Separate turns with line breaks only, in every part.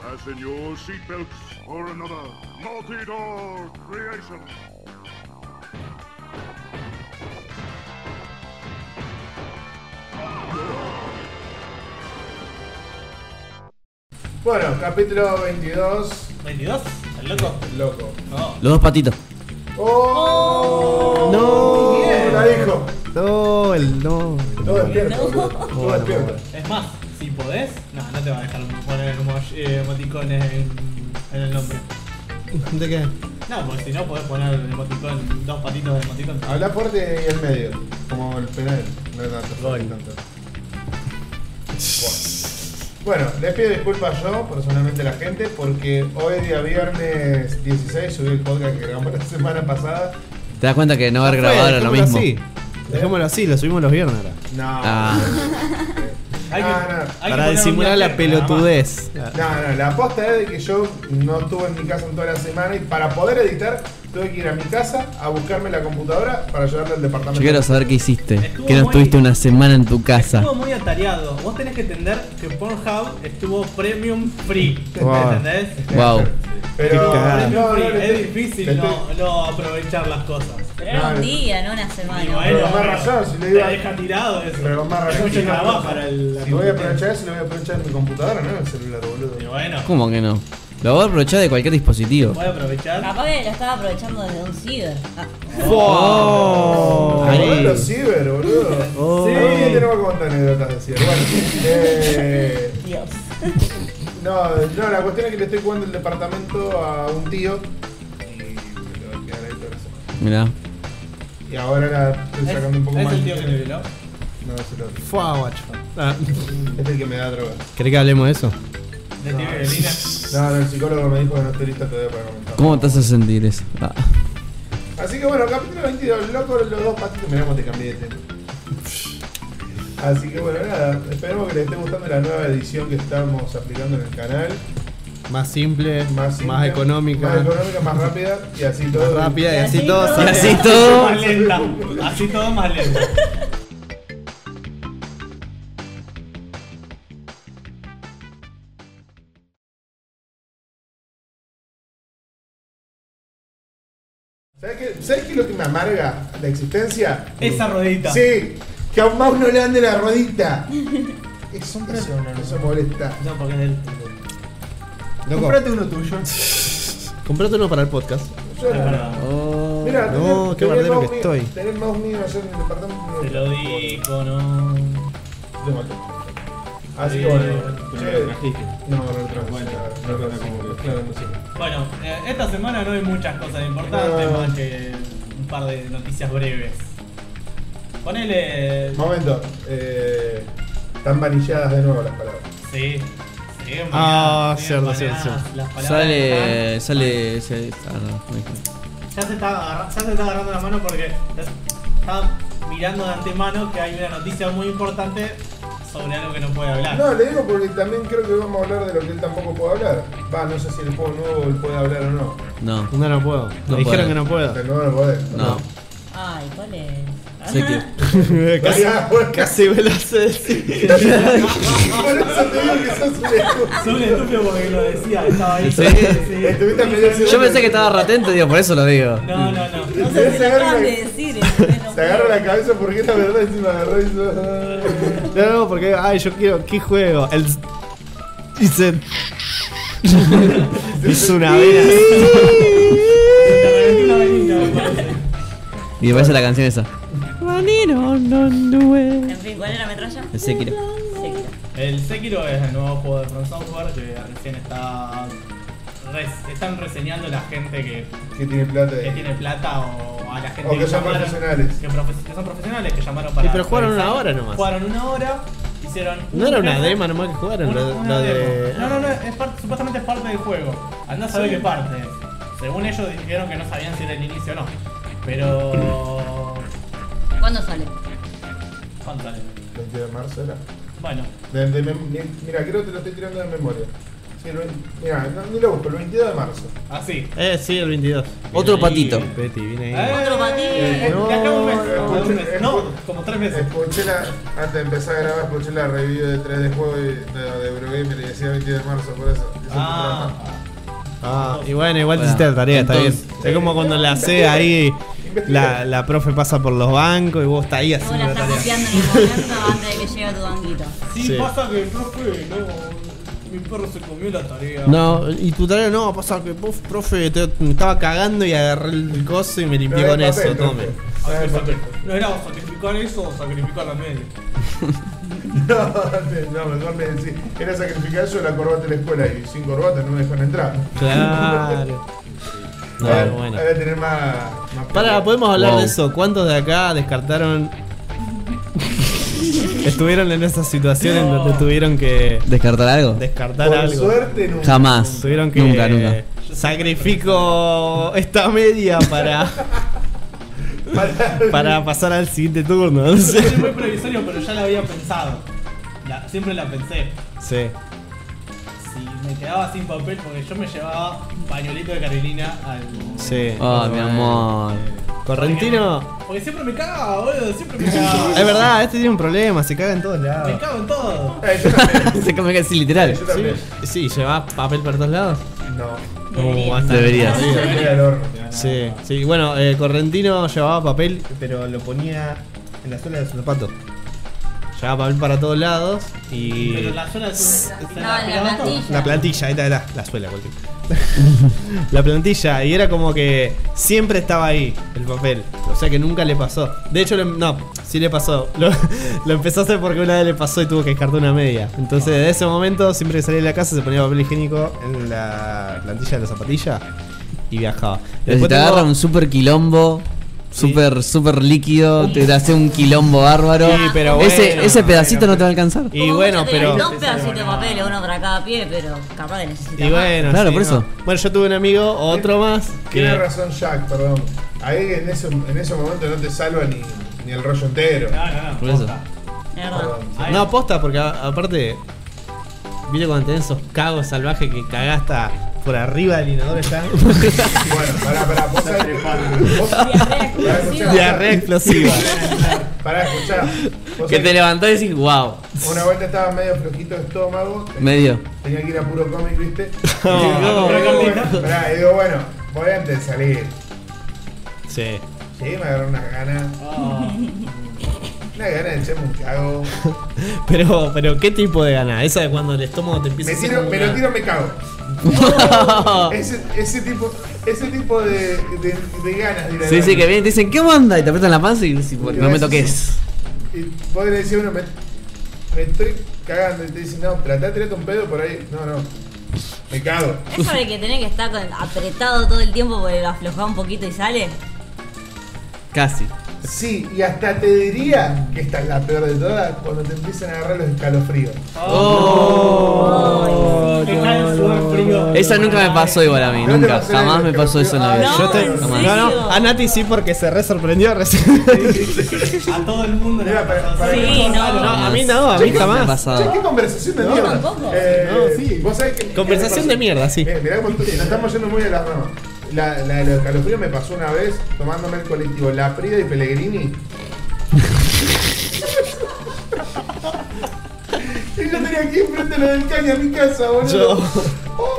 Fasten your seatbelts for another multi-door creation.
Bueno, capítulo 22,
¿22? ¿Estás loco?
loco.
No.
Los dos patitos.
¡Oh!
No.
Bien, la dijo.
No, el no.
Todo despierto, boludo. Todo despierto.
Es más, si podés, no, no te va a dejar poner emo- eh, emoticones en, en el nombre.
¿De qué?
No, porque si no podés poner el emoticón, dos patitos de emoticón.
Habla fuerte y al medio, como el penal. No tanto, no tanto. Bueno, Bueno, les pido disculpas yo, personalmente a la gente, porque hoy día viernes 16 subí el podcast que grabamos la semana pasada.
¿Te das cuenta que no haber grabado era lo
Dejémoslo
mismo?
así. Dejémoslo así, lo subimos los viernes ahora.
No.
Ah.
Hay que-
No, no.
hay que poner
Para
un día
disimular la
fiesta, nada más.
pelotudez.
No, no, la aposta es de que yo no estuve en mi casa en toda la semana y para poder editar tuve que ir a mi casa a buscarme la computadora para llevarla al departamento.
Yo quiero saber qué hiciste.
Estuvo
Que no
muy-
estuviste una semana en tu casa.
Estuvo muy atareado. Vos tenés que entender que Pornhub estuvo premium free.
Wow.
¿Entendés?
Wow.
Pero
Qué cagada.
no,
Premium
no,
free.
le estoy-
es
le
difícil
estoy-
no, no aprovechar las cosas.
Pero
Claro.
un día, no una semana.
Y bueno,
pero con más razón, si le digo a-
Te deja tirado eso.
Pero con más
Es
razón,
mucho
si no,
trabajo
no,
para el.
Si voy a aprovechar eso, lo voy a aprovechar en mi computadora, no en el celular, boludo.
Y bueno,
¿Cómo que no? Lo voy a aprovechar de cualquier dispositivo.
voy a aprovechar.
Capaz que lo estaba aprovechando desde un ciber. Ah,
Oh.
¿Te acordás
Ahí.
los ciber, boludo?
Oh.
Sí, tenemos que contar anécdotas de ciber. Bueno, eh,
Dios.
no, no, la cuestión es que le estoy jugando el departamento a un tío y me lo voy a quedar ahí toda la semana.
Mirá.
Y ahora la estoy
Es,
sacando un poco
es
más.
el tío que te violó.
No, es el otro.
Fua, guacho. Ah,
Es el que me da droga.
¿Querés que hablemos de eso?
De
No.
tío Violina.
No, no, el psicólogo me dijo que no estoy lista todavía para comentar.
¿Cómo te hace sentir eso? Ah.
Así que bueno, capítulo 22, loco, los dos patitos. Mirá cómo te cambié de tema. Así que bueno, nada, esperemos que les esté gustando la nueva edición que estamos aplicando en el canal.
Más simple, más,
simple,
económica,
Más
más,
económica, más rápida y así todo.
rápida y
Y
así
así
todo.
todo.
Y así todo.
Más lenta. Así todo más lento.
¿Sabes qué, ¿Sabes qué es lo que me amarga la existencia?
Esa ruedita.
Sí, que a un mouse no le ande la rodita. Eso, eso, eso molesta.
No, porque es del.
Loco,
Comprate uno tuyo.
comprate uno para el podcast.
Yo
Es
no.
verdad.
Oh.
Mira,
No, qué bardero que estoy.
Tener más mío allá en el departamento.
Te lo digo, no.
De mato. Así que
Eh,
bueno.
pero
che, No, no lo trajo. Bueno, no lo trajo. Claro, no sé.
Bueno, eh, esta semana no hay muchas cosas importantes,
No.
más que un par de noticias breves. Ponele.
Momento. Eh, están vanilladas de nuevo las palabras.
Sí. Sí,
Ah,
empanadas,
cierto, cierto,
empanadas,
cierto.
las palabras
Sale.
están-
Sale. sale- ah, no, me dijo.
Ya se, está agarra- ya se está agarrando la mano porque está mirando de antemano que hay una noticia muy importante sobre algo que no puede hablar.
No, le digo porque también creo que vamos a hablar de lo que él tampoco puede hablar. Va, no sé si el juego nuevo él puede hablar o no.
No.
No, no puedo.
No
Me dijeron
puedo.
que no puedo.
Del nuevo no puede.
No.
Ay, ¿cuál es?
Sé que.
casi,
Ah, bueno,
casi me lo hace decir.
Por eso te digo que sos un estúpido.
Soy un estúpido porque lo decía, estaba ahí.
Sí.
Estuviste a medio segundo.
Yo pensé que estaba ratento, digo, por eso lo digo.
No, no, no.
No sé si
Se
lo
agarra
acaban
la-
de decir. eh, ¿entendés? No
Se agarra
puedo.
la cabeza porque la verdad encima agarró y "Ah". hizo-
No, no, porque, ay, yo quiero, ¿qué juego? El. Dice. Hizo una vez.
Te reventé una venita, me parece.
Y me parece la canción esa.
En fin, ¿cuál era la metralla?
El Sekiro.
Sekiro.
El Sekiro es el nuevo juego de From Software que recién está. res- están reseñando la gente que,
Que tiene plata.
que
ahí.
tiene plata o a la gente
O que son
llamaron-
profesionales.
Que, profe- que son profesionales que llamaron para.
Y pero jugaron una
revisar.
hora nomás.
Jugaron una hora, hicieron.
No era una
un-
demo nomás que jugaron,
Una-
la,
una
la de.
demo. Ah, No, no, no, es parte- supuestamente es parte del juego. Andá a saber qué parte. es. Según ellos dijeron que no sabían si era el inicio o no. Pero.
¿Cuándo sale?
¿Cuánto sale?
20 de marzo era.
Bueno,
De- de mem- mi- mira, creo que te lo estoy tirando de memoria. Sí, el vein- mirá, no, ni lo busco, el 22 de marzo.
Así.
Eh, sí, el 22.
Otro
ahí,
patito.
Peti, viene ahí.
Otro patito.
Eh, de acá a un mes,
No,
a un mes.
escuché-
No, como tres meses.
Escuché la, antes de empezar a grabar, escuché la review de 3D juego y, de, de Eurogamer y decía 22 de marzo, por eso. Hice un
Ah,
programa.
Ah, y bueno, igual te
Bueno,
hiciste la tarea, está bien.
entonces-
Es como cuando la hace ahí, la, la profe pasa por los bancos y vos estás ahí
Vos
haciendo la
la estás
tarea.
copiando en el momento antes de que llegue a tu banquito.
sí,
Sí.
pasa que el profe, no, mi perro se comió la tarea.
No, y tu tarea no, pasa que vos, profe, te- me estaba cagando y agarré el coso y me
Pero
limpié
es
con
papel,
eso,
profe.
tome.
Ay,
Ah, es
sacri-
papel.
No era sacrificar eso o sacrificar la media.
No, te- no, mejor le decís. Era sacrificar yo la corbata de la escuela y sin corbata no me dejan entrar.
Claro. No,
Ahora-
bueno.
ahora tener más. más
Para, podemos hablar
Wow.
de eso. ¿Cuántos de acá descartaron? Estuvieron en esa situación en donde tuvieron que
¿Descartar algo?
descartar
Por
algo.
suerte nunca.
Jamás.
Tuvieron que
Nunca, nunca.
sacrifico esta media para,
Para-
para pasar al siguiente turno. no
Yo
sé.
soy muy previsorio, pero ya la había pensado. La- siempre la pensé.
Sí.
Si me quedaba sin papel, porque yo me llevaba un pañuelito de Carolina al.
Sí.
Oh, mi amor.
Correntino.
Porque siempre me cagaba, boludo, siempre me cagaba.
Es verdad, este tiene un problema, se caga en todos
Me
lados.
cago en todo.
Eh, yo también.
Se come casi literal.
Yo también.
Sí, lleva papel para todos lados.
No.
No, basta.
Deberías.
Sí, la escuela del horno.
Sí, sí, bueno, eh, Correntino llevaba papel, pero lo ponía en la suela de su zapato. Llevaba papel para todos lados y.
Pero la zona se, se
Estaba en la
pegaba todo.
plantilla.
La plantilla, ahí está, ahí está, la suela, cualquier. la plantilla, y era como que siempre estaba ahí el papel. O sea que nunca le pasó. De hecho, le- no, sí le pasó. Lo, lo empezó a hacer porque una vez le pasó y tuvo que descartar una media. Entonces, de ese momento, siempre que salía de la casa, se ponía papel higiénico en la plantilla de la zapatilla y viajaba.
Pero si te
tengo-
agarra un super quilombo,
Sí.
super, super líquido, te hace un quilombo bárbaro.
Sí, pero
ese,
bueno.
ese pedacito no te va a alcanzar.
Y bueno, pero.
Dos pedacitos de papel, uno para cada pie, pero capaz de necesitar.
Y bueno,
Claro,
sí,
por
no.
eso.
Bueno, yo tuve un amigo, otro más.
Tiene
que-
razón Jack, perdón. Ahí en ese, en ese momento no te salva ni, ni el rollo entero.
No, no, no.
Por eso.
posta.
Es verdad.
Perdón.
Ahí.
No, aposta, porque a- aparte. Viste cuando tenés esos cagos salvajes que cagás hasta por arriba del inodoro ya.
Bueno, pará, pará, vos sabés. vos-
Diarrea
pará, escuchá.
explosiva.
Diarrea explosiva.
Pará, escuchá. Vos
Que
sabés
te levantás y decís, wow.
que Una vuelta estaba medio flojito de estómago. tenía-
Medio.
Tenía que ir a puro cómic, ¿viste?
No,
y digo, "Bueno,
no,
no,
bueno".
no.
Pará, y digo, bueno, voy antes de salir.
Sí.
Sí, me agarró unas ganas.
Oh.
Una gana de echarme un cago.
Pero, pero ¿qué tipo de gana? Esa de cuando el estómago te empieza
Me,
a hacer
tiro,
como
me
una-
lo tiro, me cago.
Ah.
Ese, ese tipo, ese tipo de, de, de ganas de ir al
Sí, sí,
baño.
que vienen y te dicen, ¿qué onda? Y te apretan la panza y decís, "Bueno, no me toques.
Y vos le decís a uno, me, me estoy cagando. Y te dicen, no, tratá de tirarte un pedo por ahí. No, no. Me cago.
Es por el que tenés que estar con- apretado todo el tiempo porque lo aflojás un poquito y sale.
Casi.
Sí, y hasta te diría que esta es la peor de todas cuando te empiezan a agarrar los escalofríos.
Oh,
Te cae el sudor frío.
Esa nunca me pasó igual a mí,
¿No te
nunca.
pasó la
Jamás
de
me
que-
pasó eso en la vida.
No,
Yo te-
¿en
Jamás.
serio?
no, no, a Nati sí porque se re sorprendió recién.
A todo el mundo le
Mira,
ha pasado.
para- para-
Sí, no.
No, a mí no, a mí
Jamás me ha
jamás.
Che,
pasado.
qué conversación de
No,
mierda.
tampoco.
Eh,
No, Ah. sí.
Vos sabés que-
Conversación
que me
de mierda, sí.
Eh, mirá cómo estoy, nos estamos yendo muy a las ramas. La, la de los escalofríos me pasó una vez tomándome el colectivo La Prida y Pellegrini. y yo tenía aquí enfrente lo del caña a mi casa, boludo.
Yo.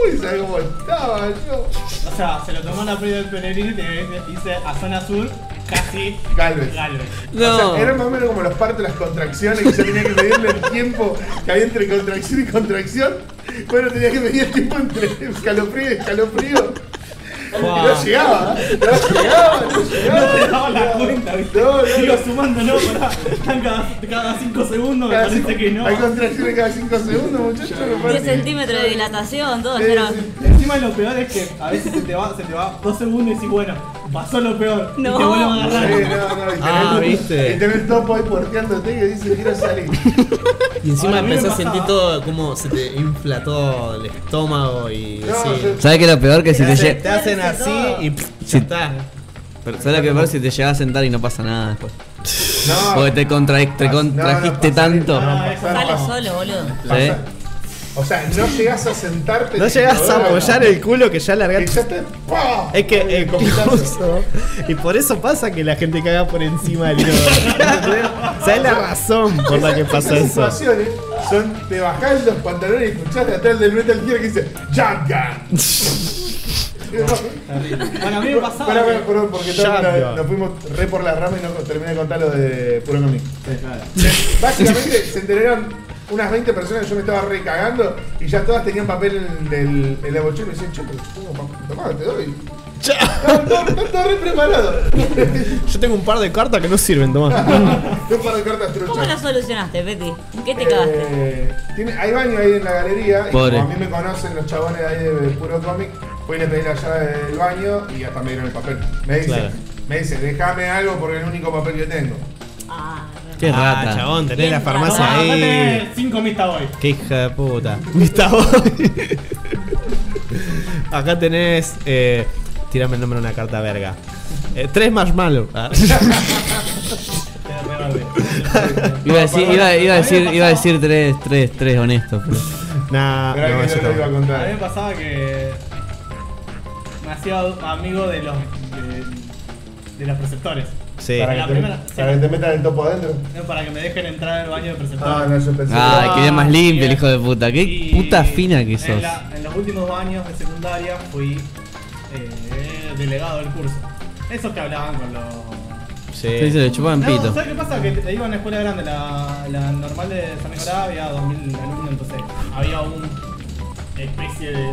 Uy, ¿sabes cómo estaba yo?
O sea, se lo tomó la previa del Pellegrini y te dice a zona sur, casi
Galvez.
Galvez.
No.
O sea, era más o menos como los partos, las contracciones, que yo tenía que medirle el tiempo que había entre contracción y contracción. Bueno, tenía que medir el tiempo entre escalofrío y escalofrío. Y no llegaba, no llegaba, no
No te
llegaba.
daba la cuenta, ¿viste?
No, no,
Sigo
no.
sumando, no, pará. Están cada- cada 5 segundos, me
Cada
parece
cinco-
que no.
Hay contracciones cada 5 segundos, muchachos. me
10
parece.
centímetros de dilatación, todo.
Sí,
ya no-
sí.
Encima lo peor es que a veces se te va, se te va dos segundos y decís, bueno, pasó lo peor. Y
No.
te vuelvo a
Sí,
agarrar.
no, no, y tener,
Ah, viste.
Y tener topo ahí porteándote que dice quiero salir.
Y encima
Ahora, a mí me
empezó a sentir
pasaba.
todo como se te infla todo el estómago y
No,
sí.
yo-
¿Sabes qué es lo peor? Que si
te,
te
hace-
lle-
te hacen así y pss, ya
Sí.
está.
Pero, ¿Sabes lo que es peor? Si te llegas a sentar y no pasa nada después.
No,
Porque te, contra- te
Ah. No, no,
contrajiste
pasa-
tanto.
no,
Ah,
pasa-
eso
Sale
pasa-
solo, boludo.
¿Sí?
pasa- O sea, no llegás a sentarte.
No llegas a apoyar el culo que ya
Que
largaste.
ya te- ¡Pah!
Es que
Con el
eh,
comisazo.
incluso- Y por eso pasa que la gente caga por encima del inodoro. ¿entendés? O sea, es la razón por la que pasa
Esas
eso.
situaciones son te bajás los pantalones y escuchás de atrás del Metal Gear que dice Shotgun.
Bueno, a mí me pasaba.
Pará,
que-
pará, perdón, porque todo-
Shotgun.
nos fuimos re por la rama y no terminé de contar lo de Puro Comic.
Claro.
Básicamente se enteraron unas 20 personas, yo me estaba recagando y ya todas tenían papel en, el- en la mochila y me decían, che, pero tengo pa- tomá, te doy. Estaba todo- todo re preparado.
Yo tengo un par de cartas que no sirven, Tomás.
Dos par de cartas truchas.
¿Cómo lo solucionaste, Betty? ¿En qué te cagaste?
Eh, tiene, hay baño ahí en la galería. y
Pobre.
como a mí me conocen los chabones de ahí de, Puro Cómic, fui y les pedí la llave del baño y hasta me dieron el papel. Me dice,
Claro.
me dice, déjame algo porque es el único papel que tengo.
Ah,
Qué
Ah,
rata.
chabón, tenés la farmacia
Tomá,
ahí.
date cinco mixtas hoy.
Qué hija de puta. Vista vos. Acá tenés. Eh, tirame el nombre de una carta verga. Eh, tres marshmallows. Ah.
Te revalde.
Iba a decir, iba, iba a decir, iba a decir tres, tres, tres honestos. pero-
Nah,
Esperá
Ah, no,
que
eso
yo
no.
lo iba a
A mí me
contar.
pasaba que me hacía amigo de los de, de los preceptores.
Sí.
Para,
La
que te,
primera,
para que te metan el topo adentro.
No, Para que me dejen entrar al baño de
Ah,
preceptores.
no, yo pensé.
Ah, quería más limpio el
bien.
hijo de puta. Qué
Y
puta fina que sos.
En, la- en los últimos años de secundaria fui eh, delegado del curso. Esos que hablaban con los.
Sí, se
Sí.
le chupaban
No,
pito.
¿Sabes qué pasa? Que te- iba a una escuela grande, la, la normal de San Nicolás, había 2.000 alumnos, entonces había un especie de.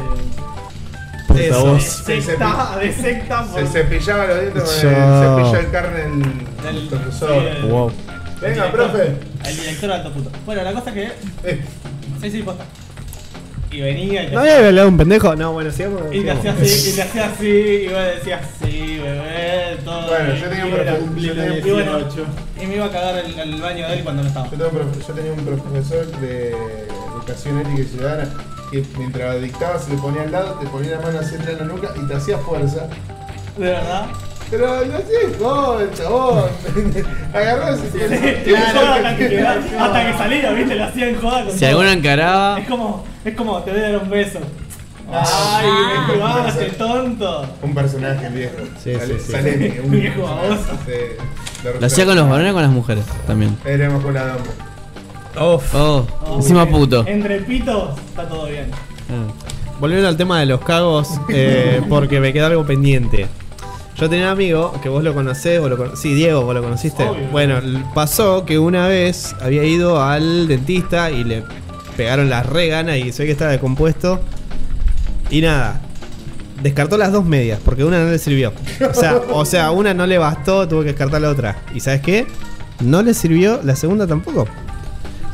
Portavoz.
de secta, de secta por-
Se cepillaba los dientes con
Yo-
el cepillo de carne el,
del-
profesor.
sí, eh. el-
Wow.
el
Venga,
director-
profe.
El director alto puto. Bueno, la cosa que.
Eh,
Sí, sí, posta. Y venía y te
¿No había violado un pendejo? No, bueno, sigamos.
Y le hacía
sigamos.
así, y le hacía así, y vos decías sí, bebé, todo.
Bueno,
y-
yo tenía
y
un profe-
era-
yo
y
tenía
bueno,
18.
Y me iba a cagar al, al baño de él cuando no estaba.
Yo, tengo un profe- yo tenía un profesor de educación ética y ciudadana que mientras dictaba se le ponía al lado, te ponía la mano así en la nuca y te hacía fuerza.
De verdad.
Pero no sé, gol, chabón. Agarró ese
Claro, hasta que, quedaba- hasta que salía, viste, lo hacía en joda con
Si
todo.
alguno encaraba.
Es como, es como, te voy a dar un beso.
Ah.
Ay, me jugaste,
Ah.
tonto.
Un personaje viejo.
Sí, sí, sí.
Salemi, un
Viejo baboso.
de- de
Lo hacía
Rosario.
con los varones o con las mujeres también.
Éramos con la dama.
Ah, Uf.
Oh,
Oh,
encima
bien.
puto.
Entre pitos, está todo bien.
Eh.
Ah.
Volviendo al tema de los cagos, eh, porque me queda algo pendiente. Yo tenía un amigo que vos lo conocés, vos lo cono- sí, Diego, vos lo conociste.
Obvio.
Bueno, l- pasó que una vez había ido al dentista y le pegaron las reganas y se ve que estaba descompuesto. Y nada, descartó las dos medias porque una no le sirvió. O sea, o sea, una no le bastó, tuvo que descartar la otra. ¿Y sabes qué? No le sirvió la segunda tampoco.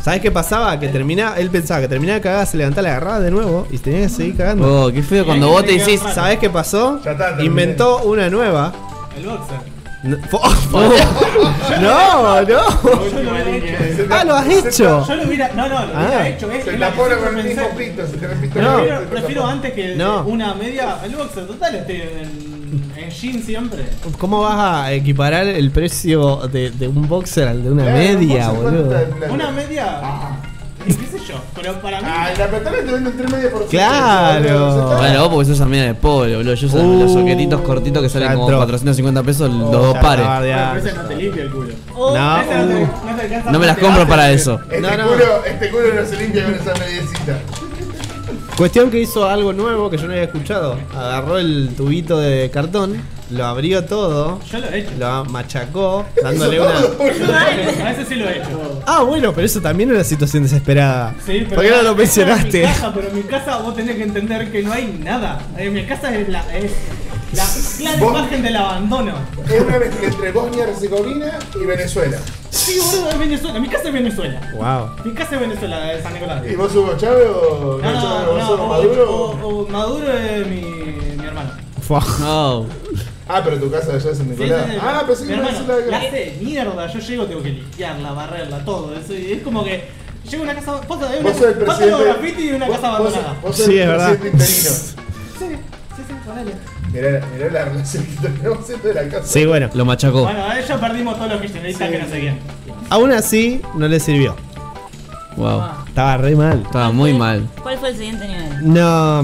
¿Sabes qué pasaba? Que termina, él pensaba que terminaba de cagar, se levantaba, la agarraba de nuevo y tenía que seguir cagando.
Oh, qué feo cuando
ahí
vos te
tenía
decís.
más.
¿Sabes qué pasó?
Ya está, terminé.
Inventó una nueva.
El boxer.
No, fo-
Oh.
no, no.
Yo lo hubiera hecho.
Ah, lo has hecho.
Yo lo hubiera. No, no, lo hubiera
Ah.
hecho. Es,
Se
es la
la pone
que
con el
pensé.
mismo pito, se te repite
No.
Prefiero, prefiero antes que
No.
una media el boxer. Total, estoy en, en jean siempre.
¿Cómo vas a equiparar el precio de, de un boxer al de una
Claro,
media,
¿cuánto
boludo?
está el plan?
Una media. y ¿Qué sé yo? Pero para mí.
Ah, en la petróleo te venden 3 medias por
Claro.
Bueno, vos porque sos amiga de pobre, boludo. Yo uso
Uh,
los soquetitos cortitos que salen
ya
como
entró.
450 pesos los dos
Ya
pares.
Bueno,
tardeaste.
pero ese no te limpia el culo.
Oh,
No.
Ese no, te,
Uh.
no te alcanza
No
para
me las compro
pegarte.
para eso.
Este,
No, no.
Culo, este culo no se limpia con esa mediecita.
Cuestión que hizo algo nuevo que yo no había escuchado. Agarró el tubito de cartón, lo abrió todo,
Yo lo he hecho.
lo machacó, dándole una.
Yo lo he hecho. A veces sí lo he hecho.
Ah, bueno, pero eso también era una situación desesperada.
Sí, pero
¿Por qué no lo
eso es
mencionaste?
En mi casa, pero en mi casa vos tenés que entender que no hay nada. En mi casa es la, es la clara
¿Vos?
imagen del abandono.
Es una mezcla entre Bosnia y Herzegovina y Venezuela.
Sí, boludo, es Venezuela. Mi casa es Venezuela.
Wow.
Mi casa es Venezuela, de San Nicolás.
¿Y vos Hugo Chávez o
No,
Nacho
no,
Barbosa
no,
o
o-
Maduro?
o- o Maduro es mi, mi hermano.
Fua.
Oh,
Ah, pero tu casa allá es en
Sí,
Nicolás.
sí, sí,
ah,
mi-
pensé que
mi
me
hermano.
decís la
La
de
hace mierda, yo llego, tengo que limpiarla, barrerla, todo. Es, es como que llego a una casa. Posta, hay una,
Vos sos el
posta de
presidente.
graffiti y una
vos-
casa
vos-
abandonada.
Vos sos
Sí,
el
es verdad.
presidente interino.
Sí, sí, sí, ponele.
Mirá, mirá la relación que tenemos dentro de la casa.
Sí, bueno.
lo machacó.
Bueno, a ellos perdimos todos los kirchneristas que no seguían.
Aún así, no le sirvió.
Wow.
Estaba re mal.
Estaba Ah, muy
¿Cuál-
mal.
¿Cuál fue el siguiente nivel?
No.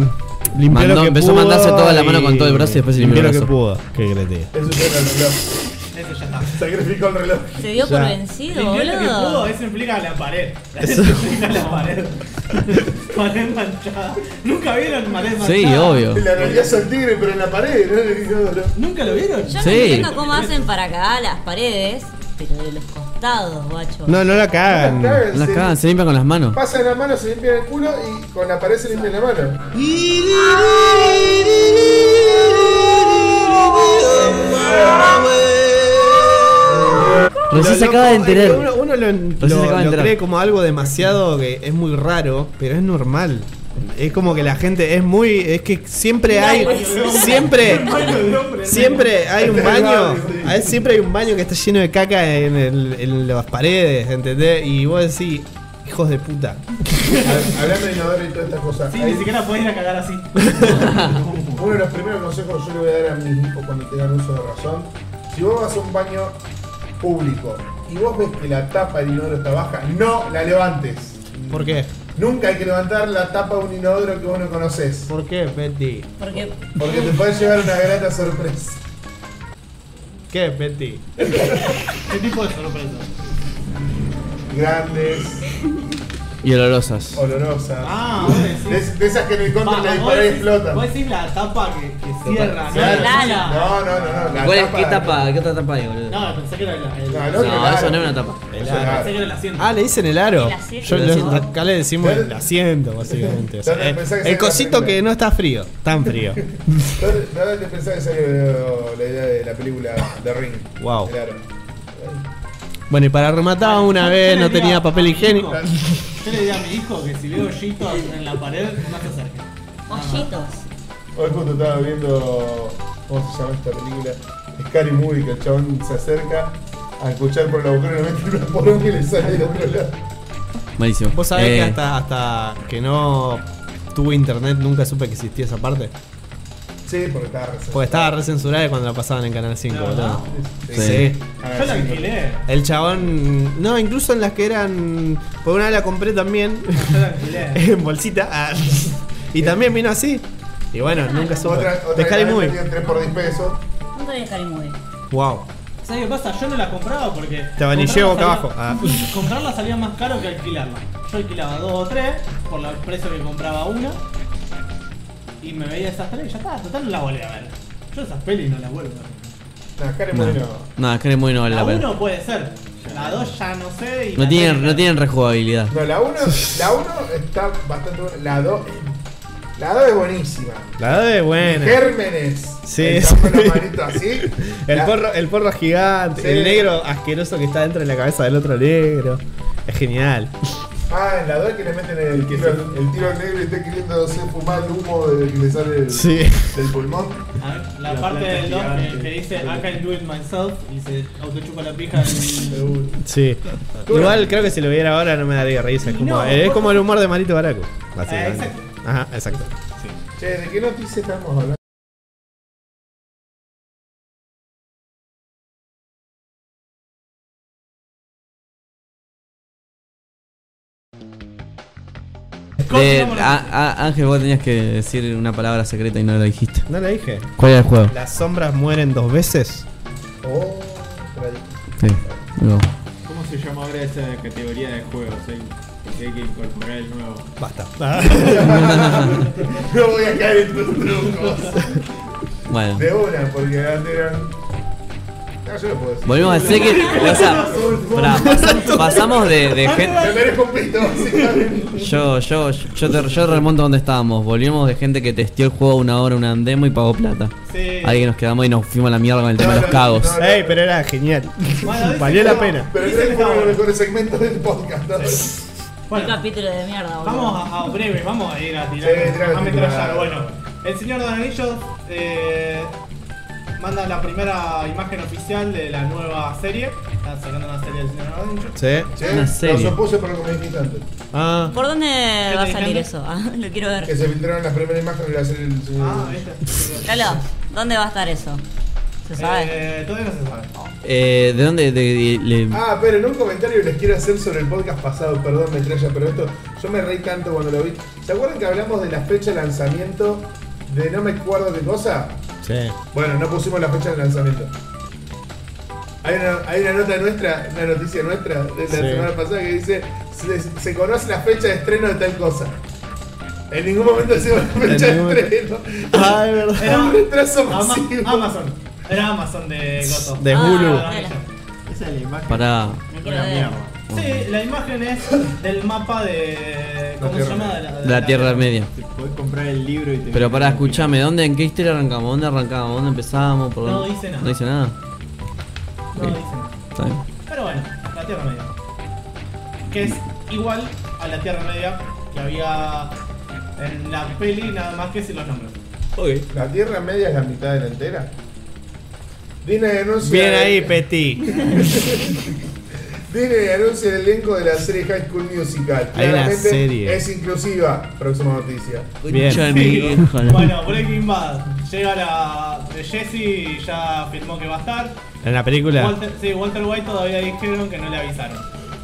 Limpió
Mandó-
lo que
empezó a
pudo
mandarse toda la
y-
mano con todo el brazo y después se limpió el
lo que pudo. Qué grete.
Eso era el reloj.
Eso ya está.
Sacrificó el reloj.
¿Se dio
Ya.
por vencido,
Limpió lo que pudo,
boludo?
eso implica la pared. Eso implica la pared. pared manchada. ¿Nunca vieron pared manchada?
Sí, obvio.
La realidad es el tigre, pero en la pared. ¿no? No, no.
¿Nunca lo vieron?
Sí.
Yo no entiendo cómo hacen para cagar las paredes, pero de los costados, guacho.
No, no la cagan.
Claro,
Las
se-
cagan, se limpian con las manos.
Pasan la mano, se limpian el culo y con la pared se limpian la mano.
Recién
Lo
se acaba de
loco, eh,
enterar.
Uno, uno lo,
se
lo-
acaba de
lo
enterar.
cree como algo demasiado que es muy raro, pero es normal. Es como que la gente es muy. Es que siempre hay. Siempre. Siempre hay
Este
un baño. hay- Siempre hay un baño que está lleno de caca en, el- en las paredes, ¿entendés? Y vos decís, hijos de puta.
Hab- Hablando de inodoro y todas estas cosas.
Sí,
hay-
ni siquiera podés ir a cagar así.
Uno de los primeros consejos que yo le voy a dar a mis hijos cuando tengan uso de razón, si vos vas a un baño público y vos ves que la tapa del inodoro está baja, no la levantes.
¿Por qué?
Nunca hay que levantar la tapa de un inodoro que vos no conocés,
¿Por qué, Betty?
Porque
porque te puede llevar una grata sorpresa.
¿Qué, Betty?
¿Qué Este tipo de sorpresa?
Grandes,
Y olorosas.
olorosas.
Ah, vos
De,
decís.
de esas que en el contra
Va,
la
vos
disparé y
decís-
explotan.
Vos decís la tapa que, que cierra,
Claro.
Claro.
No, no, no, no. la
¿Cuál es? ¿Qué tapa? ¿Qué otra tapa hay, boludo? No,
No, pensé que era la. el-
No, no,
pensé
eso no es una tapa.
Eso es raro.
que era el asiento.
Ah, le dicen el aro.
El asiento.
Yo
El
le-
asiento.
acá le decimos el
Claro.
asiento, básicamente. O sea,
Claro,
el,
pensá que
el
sea la
cosito
película.
que no está frío, tan frío.
¿Dónde- ¿Dónde pensás que salió eh, la idea de la película The Ring?
Wow.
Claro.
Bueno, y para rematar, una vez no
Yo le diría
tenía papel
a mi
higiénico.
hijo- Yo le diría a mi hijo que si veo hoyitos en la pared, no se acerque.
Ah,
hoyitos.
Hoy justo estaba viendo. ¿Cómo se llama esta película? Scary Movie, que el chabón se acerca a escuchar por el agujero y le mete una poronga y le sale del otro lado.
Malísimo.
Vos sabés
Eh,
que hasta, hasta que no tuve internet nunca supe que existía esa parte.
Sí, porque estaba reservado.
Porque estaba re censurada cuando la pasaban en Canal 5,
¿La verdad?
boludo.
Sí.
sí.
Ah,
Yo la alquilé.
El chabón. No, incluso en las que eran. Por una vez la compré también.
Yo la alquilé.
en bolsita. ah, y también vino así. Y bueno, nunca supe.
Otra, otra
De Scary
que
Movie.
vendían 3 por 10 pesos.
Nunca voy a estar inmóvil.
Wow.
¿Sabes qué pasa? Yo no la compraba porque.
Te abanillé
comprarla
boca
salía-
abajo. Ah.
Comprarla salía más caro que alquilarla. Yo alquilaba dos o tres por el precio que compraba una. Y me veía esas tres y ya está. Total, no la volví a ver. Yo esas pelis no las vuelvo a ver.
No, Scary
No,
Movie no.
no, es que muy no vale
La
la pena.
1 puede ser. La 2 ya no sé. Y
No
la
tienen,
tres-
no tienen rejugabilidad.
No, la 1 la uno está bastante buena. La 2 la dos es buenísima.
La de buena.
Gérmenes.
Sí,
El
sí.
chabón con la manito así.
El
La-
porro, el porro gigante,
Sí.
el negro asqueroso que está dentro de la cabeza del otro negro. Es genial.
Ah, en la 2 que le meten el tiro, el tiro al negro y está queriendo hacer fumar el humo de que le sale del-
Sí.
del pulmón.
A ver, La,
La
parte
planta
del 2 que,
gigante.
que dice I can do it myself y se autochupa la pija. y-
Sí. Igual creo que si lo viera ahora no Ah, me daría risa. Es como,
No,
es
por-
como el humor de Marito Baraco. básicamente.
exacto.
Ajá, exacto.
Che, ¿de qué noticia estamos hablando?
De,
Continuamos la-
a- a- Ángel, vos tenías que decir una palabra secreta y no la dijiste.
No lo dije.
¿Cuál era el juego?
Las sombras mueren dos veces.
Oh, tra-
Sí. No.
¿Cómo se llama ahora esa categoría de juegos? Hay, que hay que incorporar el nuevo.
Basta.
no voy a caer en tus trucos.
Bueno.
De una, porque antes eran. No, yo lo puedo decir.
Volvemos a decir que. O sea, pará, pasam- pasamos de, de gente.
Me merezco un pito, básicamente.
Yo, yo, yo, te, yo remonto donde estábamos. Volvimos de gente que testeó el juego una hora, una demo y pagó plata.
Sí.
Ahí que nos quedamos y nos fuimos a la mierda con el tema de los
No, no, no,
cagos.
no.
Ey, pero era genial.
Bueno, dice
Valió
que
la
no.
pena.
Pero creo que fue uno de los mejores segmentos del podcast. ¿no?
Un
Bueno,
capítulo de mierda, boludo.
vamos a, a breve, vamos a ir a tirar.
Sí, tirá,
a metrallar.
tirá.
Bueno, el señor Don Anillo eh, manda la primera imagen oficial de la nueva serie. Están sacando una serie del señor Don Anillo.
Sí.
Che,
Una serie.
Los opuse por lo que me dijiste antes.
Ah.
¿Por dónde
te
va a salir
dijeron?
eso? Ah, lo quiero
Que
ver.
Ah.
este
se filtraron las primeras imágenes de la serie del señor.
Ah, esta.
Lolo, ¿dónde va a estar eso? ¿Se sabe?
Eh, todavía no se sabe.
Eh, ¿De dónde? De, de- le-
Ah, pero en un comentario les quiero hacer sobre el podcast pasado, perdón, metralla, pero esto, yo me reí tanto cuando lo vi. ¿Se acuerdan que hablamos de la fecha de lanzamiento de no me acuerdo qué cosa?
Sí.
Bueno, no pusimos la fecha de lanzamiento. Hay una, hay una nota nuestra, una noticia nuestra de la
Sí.
semana pasada que dice, se, se conoce la fecha de estreno de tal cosa. En ningún momento decimos la
En
fecha
ningún-
de estreno.
Ah, es verdad.
Era un retraso
Ama-
masivo.
ah.
Amazon. Era Amazon de Goto.
De Hulu.
Ah, no, no,
Esa es la imagen.
Para.
Me quiero
Una
ver.
mierda.
no. Sí, la imagen es del mapa de.
La
¿Cómo se
Tierra
llama?
Media.
De
de la Tierra Media.
Te podés comprar el libro y te.
Pero pará, escuchame, ¿dónde, ¿en qué historia arrancamos? ¿Dónde arrancamos? ¿Dónde empezamos? ¿Por
No
dónde?
dice nada.
No dice nada.
No dice nada.
Está bien.
Pero bueno, la Tierra Media. Que es igual a la Tierra Media que había en la peli, nada más que sin los nombres.
La Tierra Media es la mitad de la entera. Disney anuncia.
Bien ahí, Peti.
Disney anuncia el elenco de la serie High School Musical.
Hay una
Claramente
serie.
Es inclusiva. Próxima noticia.
Bien.
Concha de mi vieja, la-
Bueno, Breaking Bad. Llega la. de Jesse y ya filmó que va a estar.
En la película.
Walter, sí, Walter White todavía dijeron que no le avisaron.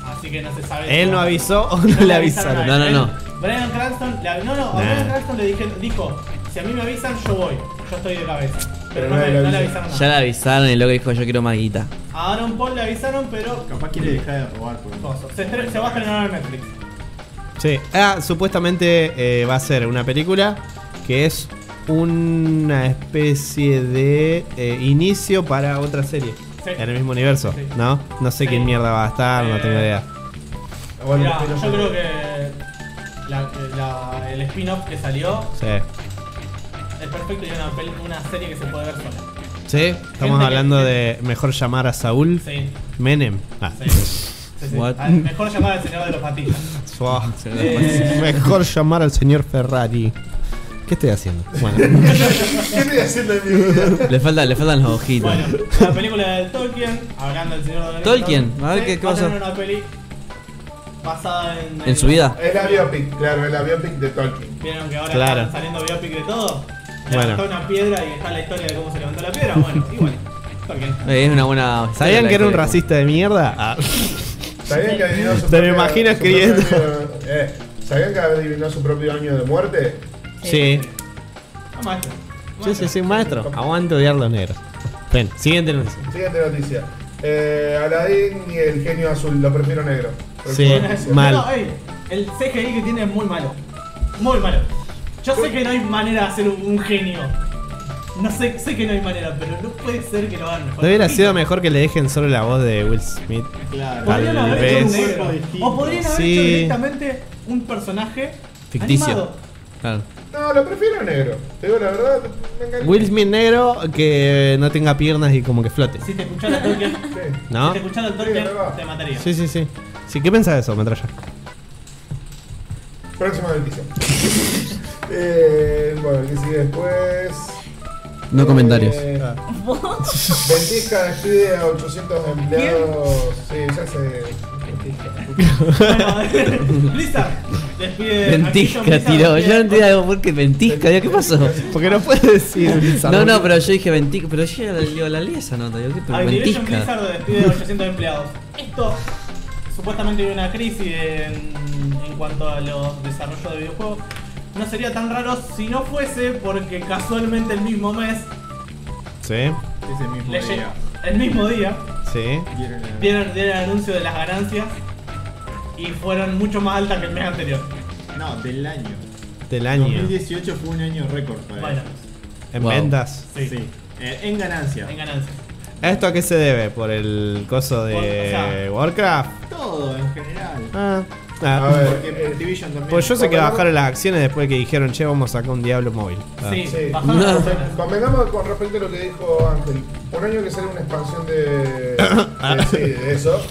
Así que no se sabe. si
Él no
va a-
avisó o no le
a
avisaron.
No,
nadie.
no, no.
Bryan Cranston, le- no, no, a
Nah.
Bryan Cranston le dije, dijo, si a mí me avisan, yo voy, yo estoy de cabeza.
Pero
Pero, no,
nadie
me-
le
no le
avisó.
avisaron
Ya
nada.
la avisaron y loco dijo yo quiero más guita.
A Aaron Paul le avisaron, pero
Capaz quiere dejar de robar, pues. por ejemplo.
coso. se, estre- se va a estrenar en Netflix.
Sí. Ah, supuestamente eh, va a ser una película que es una especie de eh, inicio para otra serie.
Sí.
En el mismo universo,
Sí.
¿no? No sé
Sí.
quién mierda va a estar, no
Eh,
tengo idea.
Ah, Bueno,
Mirá,
pero-
yo creo que la- la- el spin-off que salió
Sí.
es perfecto y es una, peli- una serie que se puede ver sola.
Sí, estamos
que-
hablando de mejor llamar a Saúl
Sí,
Menem. Ah.
sí. sí, sí.
What?
Ah, Mejor llamar al señor de los patillas.
Fua.
Eh,
Mejor llamar al señor Ferrari. ¿Qué estoy haciendo? Bueno,
¿Qué estoy haciendo en mi vida?
Le, falta, le faltan las hojitas.
Bueno, la película de Tolkien, hablando del Señor de los
Tolkien,
Anillos,
a ver
sí,
qué- qué
va
pasa.
tener una peli basada en.
En su vida.
Es la biopic, claro, es la biopic de Tolkien.
Vieron que ahora
Claro.
están saliendo biopic de todo.
Bueno.
Levantó una piedra y está la historia de cómo se levantó la piedra. Bueno, igual. Tolkien.
Eh, es una buena.
¿sabían
la
que era un
historia.
racista de mierda? Ah.
¿Sabían que adivinó su
Te me
propio-
imaginas
su propio
escribiendo.
año- eh, ¿Sabían que adivinó su propio año de muerte?
Sí.
No, maestro.
Sí, sí, sí, maestro. Aguante odiar a los negros. Ven, siguiente noticia.
Siguiente noticia. Eh, Aladdin y el genio azul, lo prefiero negro. Próxima
Sí.
noticia.
Mal.
No, ey, el CGI que tiene es muy malo. Muy malo. Yo sé que no hay manera de hacer un, un genio. No sé, sé que no hay manera, pero no puede ser que lo hagan mejor.
No hubiera sido mejor que le dejen solo la voz de Will Smith. Tal
Claro.
Podrían haber hecho un
vez.
negro. O podrían haber
Sí.
hecho directamente un personaje
Ficticio.
animado.
Claro.
No, lo prefiero negro. Te digo la verdad, me encanta.
Will Smith negro que no tenga piernas y como que flote.
Si te escuchara Tolkien,
Sí.
si
¿No?
te escuchara el
Sí,
Tolkien,
es verdad.
te mataría.
Sí, sí, sí. Sí, ¿qué pensás de eso, Metralla?
Próxima noticia. eh, bueno, ¿qué sigue después?
No comentarios.
Eh,
Ah.
Ventisca despide a 800 empleados. Sí, ya sé. Ventisca.
Bueno, Blizzard despide.
Ventisca,
Activision Blizzard
tiró. Yo no
despide-
entendía por qué ventisca, digo, ¿qué pasó?
Porque no puedes decir.
No, no, pero yo dije ventisca, pero yo la, digo, la leí esa nota, digo, ¿qué? Pero
Activision
ventisca.
Blizzard despide 800 empleados. Esto, supuestamente hay una crisis en, en cuanto a los desarrollos de videojuegos. No sería tan raro si no fuese porque casualmente el mismo mes,
Sí,
Ese mismo
le lle-
día.
el mismo día,
sí.
Vieron la-
dieron, dieron el anuncio de las ganancias y fueron mucho más altas que el mes anterior.
No, del año.
Del año.
2018 fue un año récord para
Bueno,
ellos.
En
Wow.
ventas.
sí,
Sí. Eh, en ganancia.
en ganancias.
¿A esto a qué se debe? ¿Por el coso de
Por- o sea-
Warcraft?
Todo en general.
Ah,
A
ah.
ver,
Porque
eh,
Activision también.
Pues yo sé que
Bueno.
bajaron las acciones después que dijeron, che, vamos a sacar un Diablo móvil. Ah.
Sí,
sí.
bajaron las
No.
acciones.
Convengamos con respecto a lo que dijo Ángel. Por año que sale una expansión de.
Ah.
de- sí, de eso.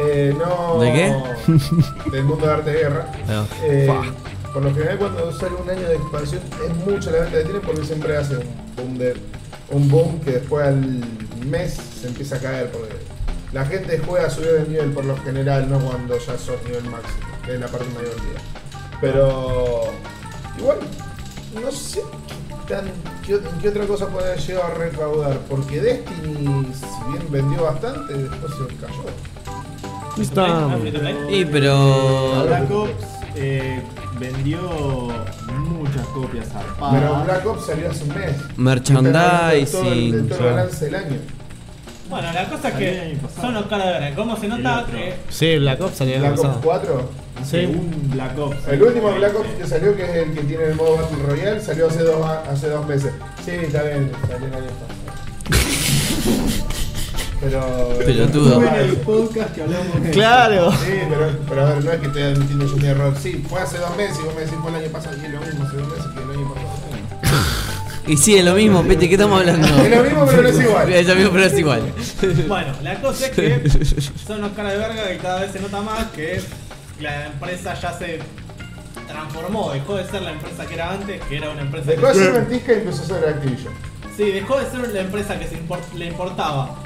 Eh, no.
¿De qué?
Del mundo de arte de guerra.
Ah.
Eh, por lo general, cuando sale un año de expansión, es mucha la venta que tienen porque siempre hace un boom, de, un boom que después al mes se empieza a caer. Porque la gente juega subió de nivel por lo general, no cuando ya sos nivel máximo, que es la parte mayor del día. Pero. Igual, no sé tan- ¿qué, ¿En qué otra cosa puede haber llegado a recaudar? Porque Destiny, si bien vendió bastante, después se cayó.
Está.
Ah, free to play.
Y pero.
Black Ops eh, vendió muchas copias
Ah,
zarpadas.
Pero Black Ops salió hace un mes.
Merchandising,
Todo el- todo el
claro.
balance del año.
Bueno, la cosa es
Salió el
que
año pasado.
son los caras de ahora. ¿Cómo se
El
nota
otro.
que
Sí, Black Ops salió el año
Black Ops
pasado.
4.
Sí.
Un Black Ops.
El último Black Ops que salió, que es el que tiene el modo Battle Royale, salió hace dos, hace dos meses. Sí, está bien, salió el año pasado. Pero. eh,
Pelotudo.
Fue en el podcast que hablamos de
Claro.
Sí, pero, pero a ver, no es que estoy admitiendo yo mi error. Sí, fue hace dos meses y vos me decís fue el año pasado. Y es lo mismo hace dos meses que el año pasado.
Y sí, es lo mismo, Pete, ¿qué estamos hablando?
Es lo mismo, pero no es igual.
Es lo mismo, pero es igual.
Bueno, la cosa es que son los caras de verga que cada vez se nota más que la empresa ya se transformó, dejó de ser la empresa que era antes, que era una empresa
Dejó de
que...
ser Ventisca y empezó a ser Activision.
Sí, dejó de ser la empresa que se import- le importaba.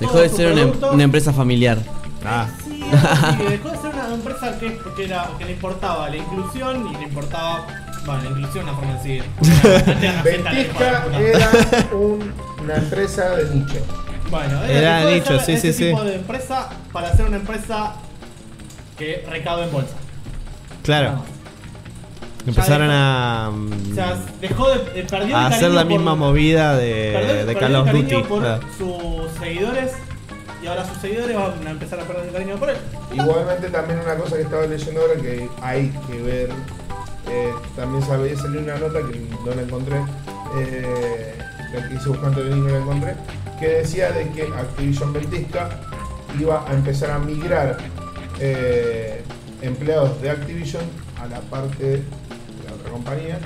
Dejó
todo
de
su
ser una, em-
producto.
una empresa familiar.
Ah.
Sí, sí, dejó de ser una empresa que, que era, que le importaba la inclusión y le importaba... Bueno, la inclusión es una forma de decir. Una- una fiesta de hijo de
Ventisca
puta.
era un- una empresa de nicho.
Bueno,
Era
era, dejó de
nicho,
ser
sí,
ese
sí,
tipo
sí.
de empresa para ser una empresa que recauda en bolsa.
Claro. Ah. Empezaron a. mm,
O sea, dejó de, eh, perdió
a
el
hacer la
cariño
misma
por-
movida de,
perdió-
de
perdió
Call
el
of
cariño
Duty. Ah.
por
claro.
sus seguidores y ahora sus seguidores van a empezar a perder el cariño por él.
Igualmente también una cosa que estaba leyendo ahora que hay que ver, eh, también sabía salió una nota que no la encontré, eh, la que hice buscando bien y no la encontré, que decía de que Activision Ventisca iba a empezar a migrar eh, empleados de Activision a la parte de la otra compañía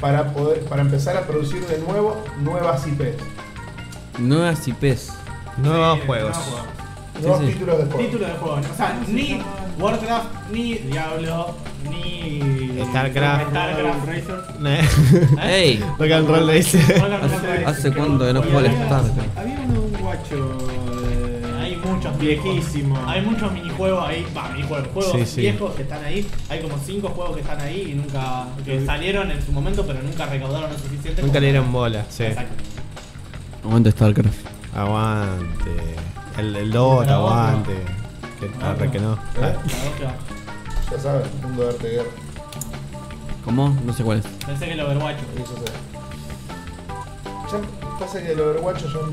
para poder para empezar a producir de nuevo nuevas IPs,
Nuevas IPs.
Nuevos
Sí,
juegos.
nuevos juegos.
nuevos
sí.
títulos de juego.
Título de juego, ¿no? o sea, ni Warcraft, ni Diablo, ni
Starcraft.
Starcraft, Razer. ¿Eh?
¡Ey!
Rock and Roll le dice.
Warcraft, Razer.
hace cuánto que no
Y
juego al
había-
Starcraft.
Había un guacho eh, de...
Hay muchos
viejísimos.
viejísimos. Hay muchos minijuegos ahí, va, minijuegos, juegos
Sí, sí.
viejos que están ahí. Hay como cinco juegos que están ahí y nunca que salieron en su momento, pero nunca recaudaron lo suficiente.
Nunca
como-
le dieron bola, sí.
Exacto.
Aguante StarCraft.
Aguante. El, el Dota,
Pero otro.
aguante. Que, arre que no. Ah.
¿eh?
La otra.
Ya sabes, mundo de arte y guerra.
¿Cómo? No sé cuál es.
Pensé que el Overwatch.
Eso sí. Ya pasa que el Overwatch yo.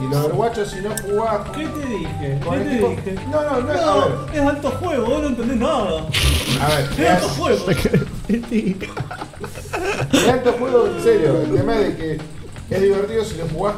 Y el Overwatch si no jugás
¿Qué te dije?
con
¿Qué
el
te
tipo-
dije?
No, no, no, a ver.
es alto juego, vos no entendés nada.
A ver,
Es
mirá-
alto juego.
mirá estos juegos en serio. El tema es de que es divertido si lo jugás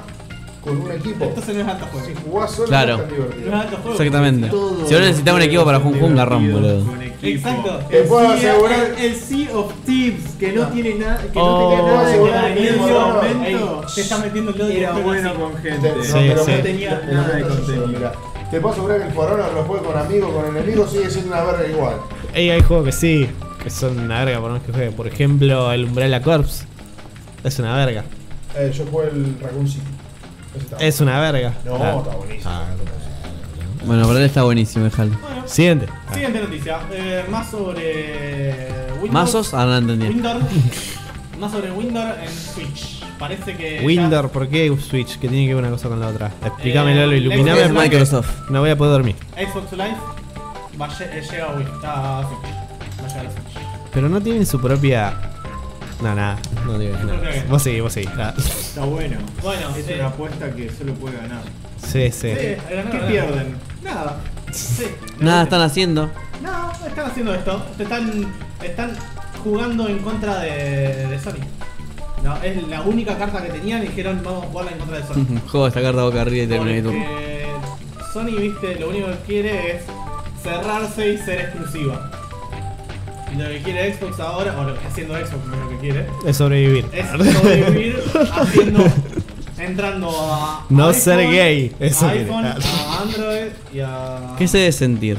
con un equipo.
Entonces no es alto juego.
Si jugás solo
Claro.
no es tan
No es
divertido.
alto juego.
Exactamente.
Todos
Si vos necesitas un equipo para jugar un juego, la rom, boludo.
con equipo.
Exacto. Ah.
Te puedo
Sí,
asegurar.
El, el Sea of Thieves, que no tiene nada, que
Oh,
no tenía nada de
seguro
nada en
que
ese
tiene
Dios,
motor.
momento.
ey, te está metiendo el dedo
Era
directo en la
bueno
silla.
con
Te- no,
gente.
Sí,
te lo
sí.
meto-
Tenía
te lo
nada de
meto yo solo,
contenido.
mirá. Te puedo asegurar que el For Honor lo juegue con amigos, con enemigos, sigue siendo una verga igual.
Ey, hay juegos que sí, que son una verga por más que juegue. Por ejemplo, el Umbrella Corps. Es una verga.
Eh, yo juego el Raccoon City. Ese está-
Es una verga.
No,
Claro.
está buenísimo.
Ah,
Bueno, pero él está buenísimo, déjalo.
Bueno,
Siguiente. Ah.
siguiente noticia. Eh, más sobre eh, Windows.
¿Mazos? Ah, no entendí.
Windor. más sobre Windor en Switch. Parece que. ya-
Ah, Windows, ¿por qué Switch? Que tiene que ver una cosa con la otra. Explícamelo,
Eh,
iluminame.
Es
Xbox-
porque
Microsoft.
No voy a poder dormir.
Xbox Live va, a lle- eh, llega a Wii. Está a Switch. Va a llegar a Switch.
Pero no tienen su propia. No, nada. No digo
Yo creo
nada.
que-
Vos seguís, vos seguís. Ah.
Está bueno.
Bueno,
es
sí.
una apuesta que solo puede ganar.
Sí, sí.
Sí, ganaron,
¿Qué
ganaron.
pierden? Nada.
Sí.
Nada están haciendo.
No, están haciendo esto. Te Están, están jugando en contra de, de Sony. No, es la única carta que tenían y dijeron vamos a jugarla en contra de Sony.
Juego esta carta boca arriba y terminé tu.
Porque Sony, viste, lo único que quiere es cerrarse y ser exclusiva. Y lo que quiere Xbox ahora, o lo que está haciendo Xbox, no es lo que quiere,
Es sobrevivir.
es sobrevivir haciendo. entrando a.
No
a
ser gay, eso
a
quiere.
iPhone, a Android y a.
¿Qué se debe sentir?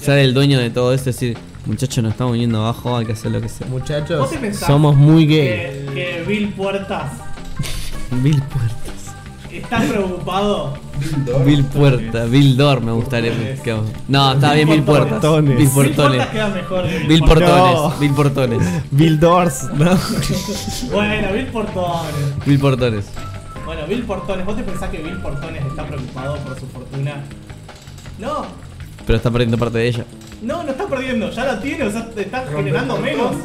Ser el dueño de todo esto y decir, muchachos, nos estamos viniendo abajo, hay que hacer lo que sea.
Muchachos,
¿Vos te pensás
somos muy gay.
que, que Bill Puertas
Mil puertas.
y ¿Estás preocupado?
Bill Puerta, Bill Door me gustaría. que- No, está bien, Bill Puertas.
Portones.
Bill
Bill Portas
Portones.
queda mejor. que
Bill
No.
Portones, Bill Portones,
Bill Doors, ¿no?
Bueno, Bill Portones.
Bill Portones.
Bueno, Bill Portones. ¿Vos te pensás que Bill Portones está preocupado por su fortuna? No,
Pero está perdiendo parte de ella.
no, no está perdiendo. Ya la tiene, o sea, te está generando menos.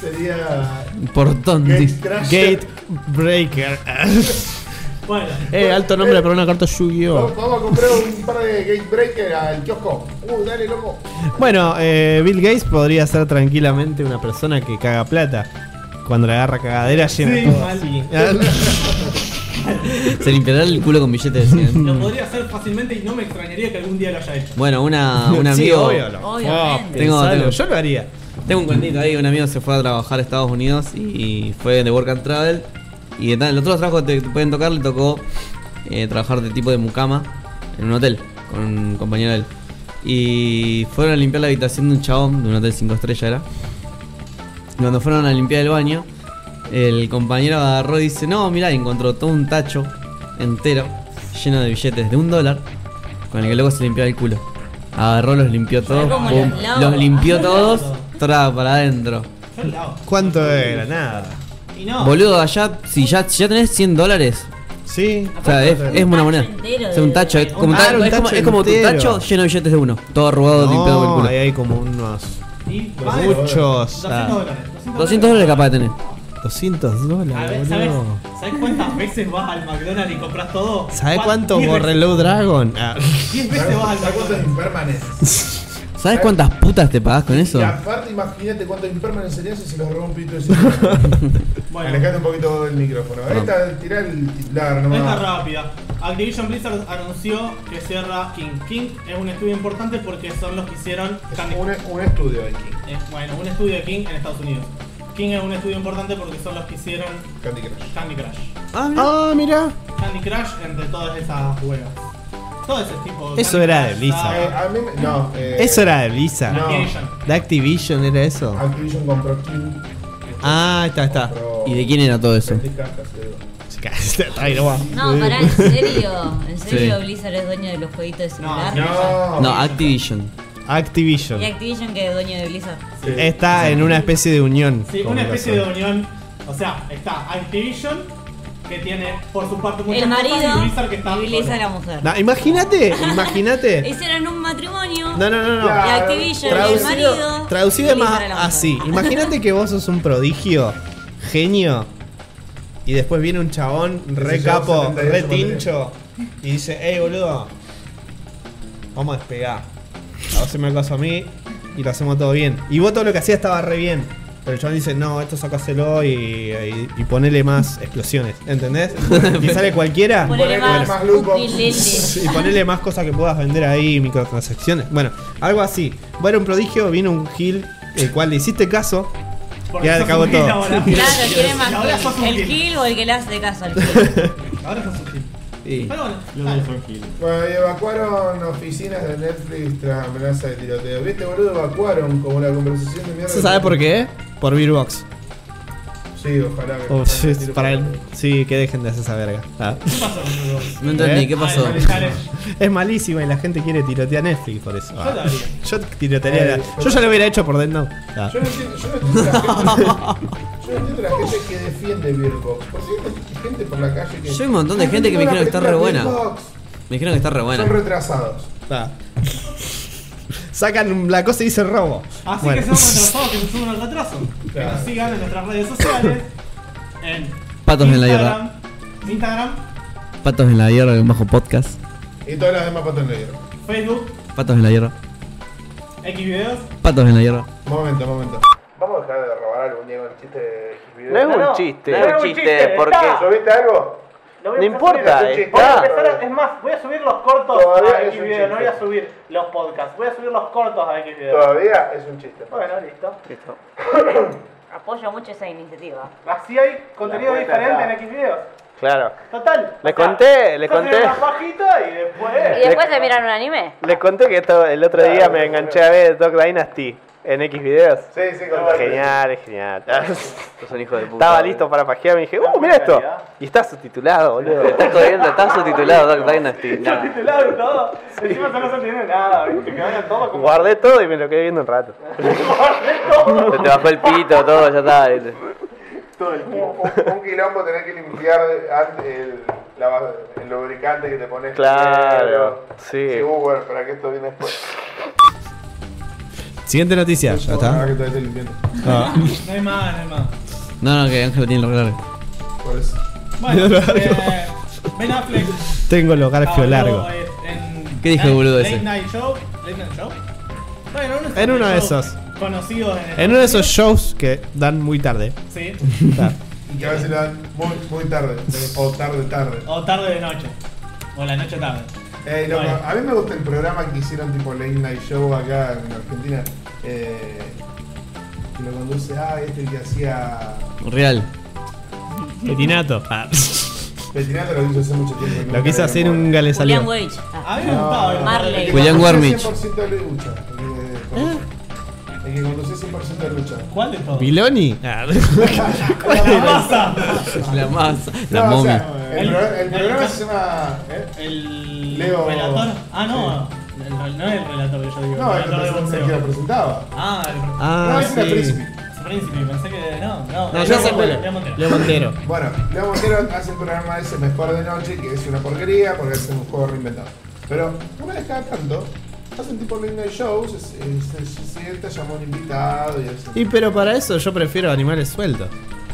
Sería.
Portón.
Gate
dice.
Crasher.
Gate Breaker.
Bueno,
eh, alto nombre para una carta Yu-Gi-Oh!
Vamos vamos a comprar un par de Gate Breaker al kiosco. Uh, dale, loco.
Bueno, eh, Bill Gates podría ser tranquilamente una persona que caga plata. Cuando le agarra cagadera llena
Sí,
todo Ah,
mal.
así.
Se limpiará el culo con billetes de 100.
lo podría hacer fácilmente y no me extrañaría que algún día lo haya hecho.
Bueno, una, Ah, un
Sí,
amigo.
obvio, lo-
Obviamente.
Tengo-
pensalo,
tengo-
Yo lo haría.
Tengo un cuentito ahí, un amigo se fue a trabajar a Estados Unidos y, y fue de Work and Travel. Y de tal- el otro trabajo que te pueden tocar le tocó eh, trabajar de tipo de mucama en un hotel con un compañero de él. Y fueron a limpiar la habitación de un chabón, de un hotel 5 estrellas era. Y cuando fueron a limpiar el baño, el compañero agarró y dice, no, mirá, y encontró todo un tacho entero, lleno de billetes de un dólar, con el que luego se limpiaba el culo. Agarró, los limpió todos,
cómo
pum,
los lava.
los limpió todos, tra para adentro.
Yo lo hago.
¿Cuánto era? Nada.
Y no.
Boludo, allá, si ya, si ya tenés 100 dólares,
Sí.
o sea, es, es una
tacho
moneda.
entero
Es un tacho, es
de-
como, un
Ah,
ta-
un
es como-
tacho
es como tu
entero.
tacho lleno de billetes de uno, todo arrugado, limpiado por el
No,
culo.
ahí hay como unos
Y más de
muchos.
200
ah,
dólares.
200 dólares capaz de tener.
200
A ver,
dólares,
¿sabes,
boludo.
¿sabes cuántas veces vas al McDonald's y compras todo?
¿Sabes
Cua-
cuánto
diez
por
veces-
Hello Dragon? Ah,
10 veces vas
¿Sabes
al
cuántos
McDonald's.
impermanes?
¿Sabes cuántas putas te pagás con eso?
Y aparte, imagínate cuántos impermanes serían si se los robó un pito ese. Alejate
Bueno,
un poquito del micrófono. Esta, tirá el titular
esta es
nomás.
rápida. Activision Blizzard anunció que cierra King. King es un estudio importante porque son los que hicieron
Es
Candy
un, un estudio aquí.
Eh, bueno, un estudio de King en Estados Unidos. King es un estudio importante porque son los que hicieron
Candy Crush.
Candy Crush.
ah, mira.
Candy Crush entre todas esas juegos. Todo ese tipo.
Eso
Candy
era
Crush,
de Blizzard.
Eh,
Saga,
a mí me, no, eh,
Eso era de Blizzard.
no.
Activision.
¿De Activision era eso?
Activision compró King.
Ah, está, está.
compró
¿Y de quién era todo eso?
20 cajas, creo.
Está ahí, no va.
No, pará, en serio. En serio, Blizzard es dueño de los jueguitos de celular.
No,
No, Activision.
Activision.
Y Activision que es dueño de Blizzard.
eh, Está en una especie de unión.
Sí,
con
una especie de
razón.
unión. O sea, está Activision, que tiene por su parte muchas
El marido
cosas, y Blizzard que está.
y Blizzard la mujer.
No, imagínate, imagínate.
Hicieron un matrimonio.
No, no, no,
Y
no.
Claro.
Activision y el
Traducido-
marido.
Traducido
y
es más
Blizzard la mujer.
así. Imagínate que vos sos un prodigio, genio, y después viene un chabón re
se lleva
capo,
78
re
materias.
tincho, y dice, hey boludo, vamos a despegar. A vos se me acaso a mí y lo hacemos todo bien. Y vos todo lo que hacías estaba re bien. Pero el chabón dice, no, esto sacáselo y, y, y ponele más explosiones. ¿Entendés? y sale cualquiera.
Ponele
Ponele
más
más lujo.
ukelele.
Y ponerle más cosas que puedas vender ahí, microtransacciones. Bueno, algo así. Va era un prodigio, vino un Gil, el cual le hiciste caso.
porque
Ya,
sos
acabó
un gil
todo.
ahora.
Claro, quiere
Y Ahora
más
sos
Gil.
un
El
gil.
Gil o el que le hace caso al Gil.
Ahora sos un gil.
Y
Pero bueno,
Los dos son giles.
Bueno, y evacuaron oficinas de Netflix tras amenaza de tiroteo. ¿Viste, boludo? Evacuaron como la conversación de mierda.
¿Se sabe por qué? Por Beerbox.
Sí, ojalá que.
Oh, sí, es para
él.
el- Sí, que dejen de hacer esa verga. Ah.
¿qué pasó boludo?
No entendí, ¿qué
Ah,
pasó?
el Manizales.
Es malísima y la gente quiere tirotear Netflix por eso. Ah.
Yo la haría. Eh,
Yo tirotearía.
Ay,
la- Yo ya lo hubiera hecho por Dead Note. Ah.
Yo no entiendo, yo no entiendo la gente. Yo no entiendo la gente que defiende Beerbox. ¿Por qué hay gente por la calle que.
Yo hay un montón de gente que me
"Ah,
dijeron que está re buena.
Beerbox".
Me dijeron que está re buena.
Son retrasados.
Ah. Sacan la cosa y dicen robo.
Así
Bueno.
que seamos retrasados, que se suban al retraso. Que
Claro.
nos sigan en nuestras redes sociales. En
Patos en la
Instagram, Instagram,
Patos en la hierba, un bajo podcast.
Y todas las demás patas negras.
Facebook,
Patos en la hierba.
Xvideos.
Patos en la hierba.
Momento, momento. Vamos a dejar de robar algún día con el chiste de Gil
No es
Vidal.
un chiste. No es un chiste, porque
¿Subiste algo?
no importa,
es un chiste.
está.
es más, voy a subir los cortos
Todavía es un chiste.
subir los podcasts, voy a subir los cortos a Xvideos.
Todavía es un chiste.
Bueno, listo.
Apoyo mucho esa iniciativa.
Así hay contenido diferente en Xvideos.
Claro.
Total.
Le conté, le conté.
pajita y después.
Eh,
después
de mirar un anime.
Les conté que esto- el otro día me enganché a ver Dog Dynasty. en X videos.
Sí, sí, con
Genial, genial.
Estos son hijos de puta.
Estaba listo para pajearme y dije, ¡uh, mira esto! Y está subtitulado, boludo.
Estás jodiendo, estás subtitulado Dark Dynasty. Nah.
Subtitulado y todo. Encima no se entiende nada, viste, que vayan todos como.
Guardé todo y me lo quedé viendo un rato.
Se te bajó el pito, todo, ya está. ¿viste?
Un, un quilombo tenés que limpiar antes el, la base- el lubricante que te pones.
Claro, sí.
Sí, Uber, para que esto viene después.
Siguiente noticia, ya
Ah,
está.
que todavía estoy limpiando.
Ah.
No hay más, no hay más.
No, no, que Ángel tiene los largo.
Por eso.
Bueno, eh, Ben Affleck.
Tengo el hogar largo.
trabajó, eh, en
¿Qué dijo el boludo
Late
ese?
Night Show. Late Night Show. Bueno, uno
En uno de
shows
esos.
Conocidos en,
En uno de esos
Estados
shows que dan muy tarde.
Unidos. Sí.
Está.
Y que a veces lo dan muy, muy tarde. O tarde, tarde.
O tarde de noche. O la noche tarde.
Eh, loco,
Bueno.
A mí me gusta el programa que hicieron tipo Late Night Show acá en Argentina. Eh, que lo conduce, ah, este que hacía.
Real.
Petinato. Ah.
Petinato lo hizo hace mucho tiempo.
Lo quiso hacer un gale
Julián Ah.
salió.
Weich.
A mí me gustaba. el-
Marley.
Marley.
Julián Warmich.
100% de lucha. El que- El que conduce 100% de lucha.
¿Cuál de todos?
¿Viloni? Ah.
La masa.
La masa. La
No, o
momi.
sea, el,
El-
pro- el
el-
programa se llama. ¿eh?
El
Leo-
relator. Ah, no. El- no es el relator que yo digo.
No,
el
el,
relator de
que- el que lo
boxeo.
presentaba.
Ah, el
no,
Ah,
ese era
sí.
Príncipe.
Su príncipe. Pensé que. No, no.
No,
eh,
yo
Leo
sé cuál
Montero,
es.
Leo Montero.
Leo Montero.
Bueno, Leo Montero hace un programa ese mejor de noche que es una porquería porque es un juego reinventado. Pero una vez cada tanto, hacen tipo late night shows, se, se- se sienta, llama a un invitado y eso.
Y pero para eso yo prefiero animales sueltos.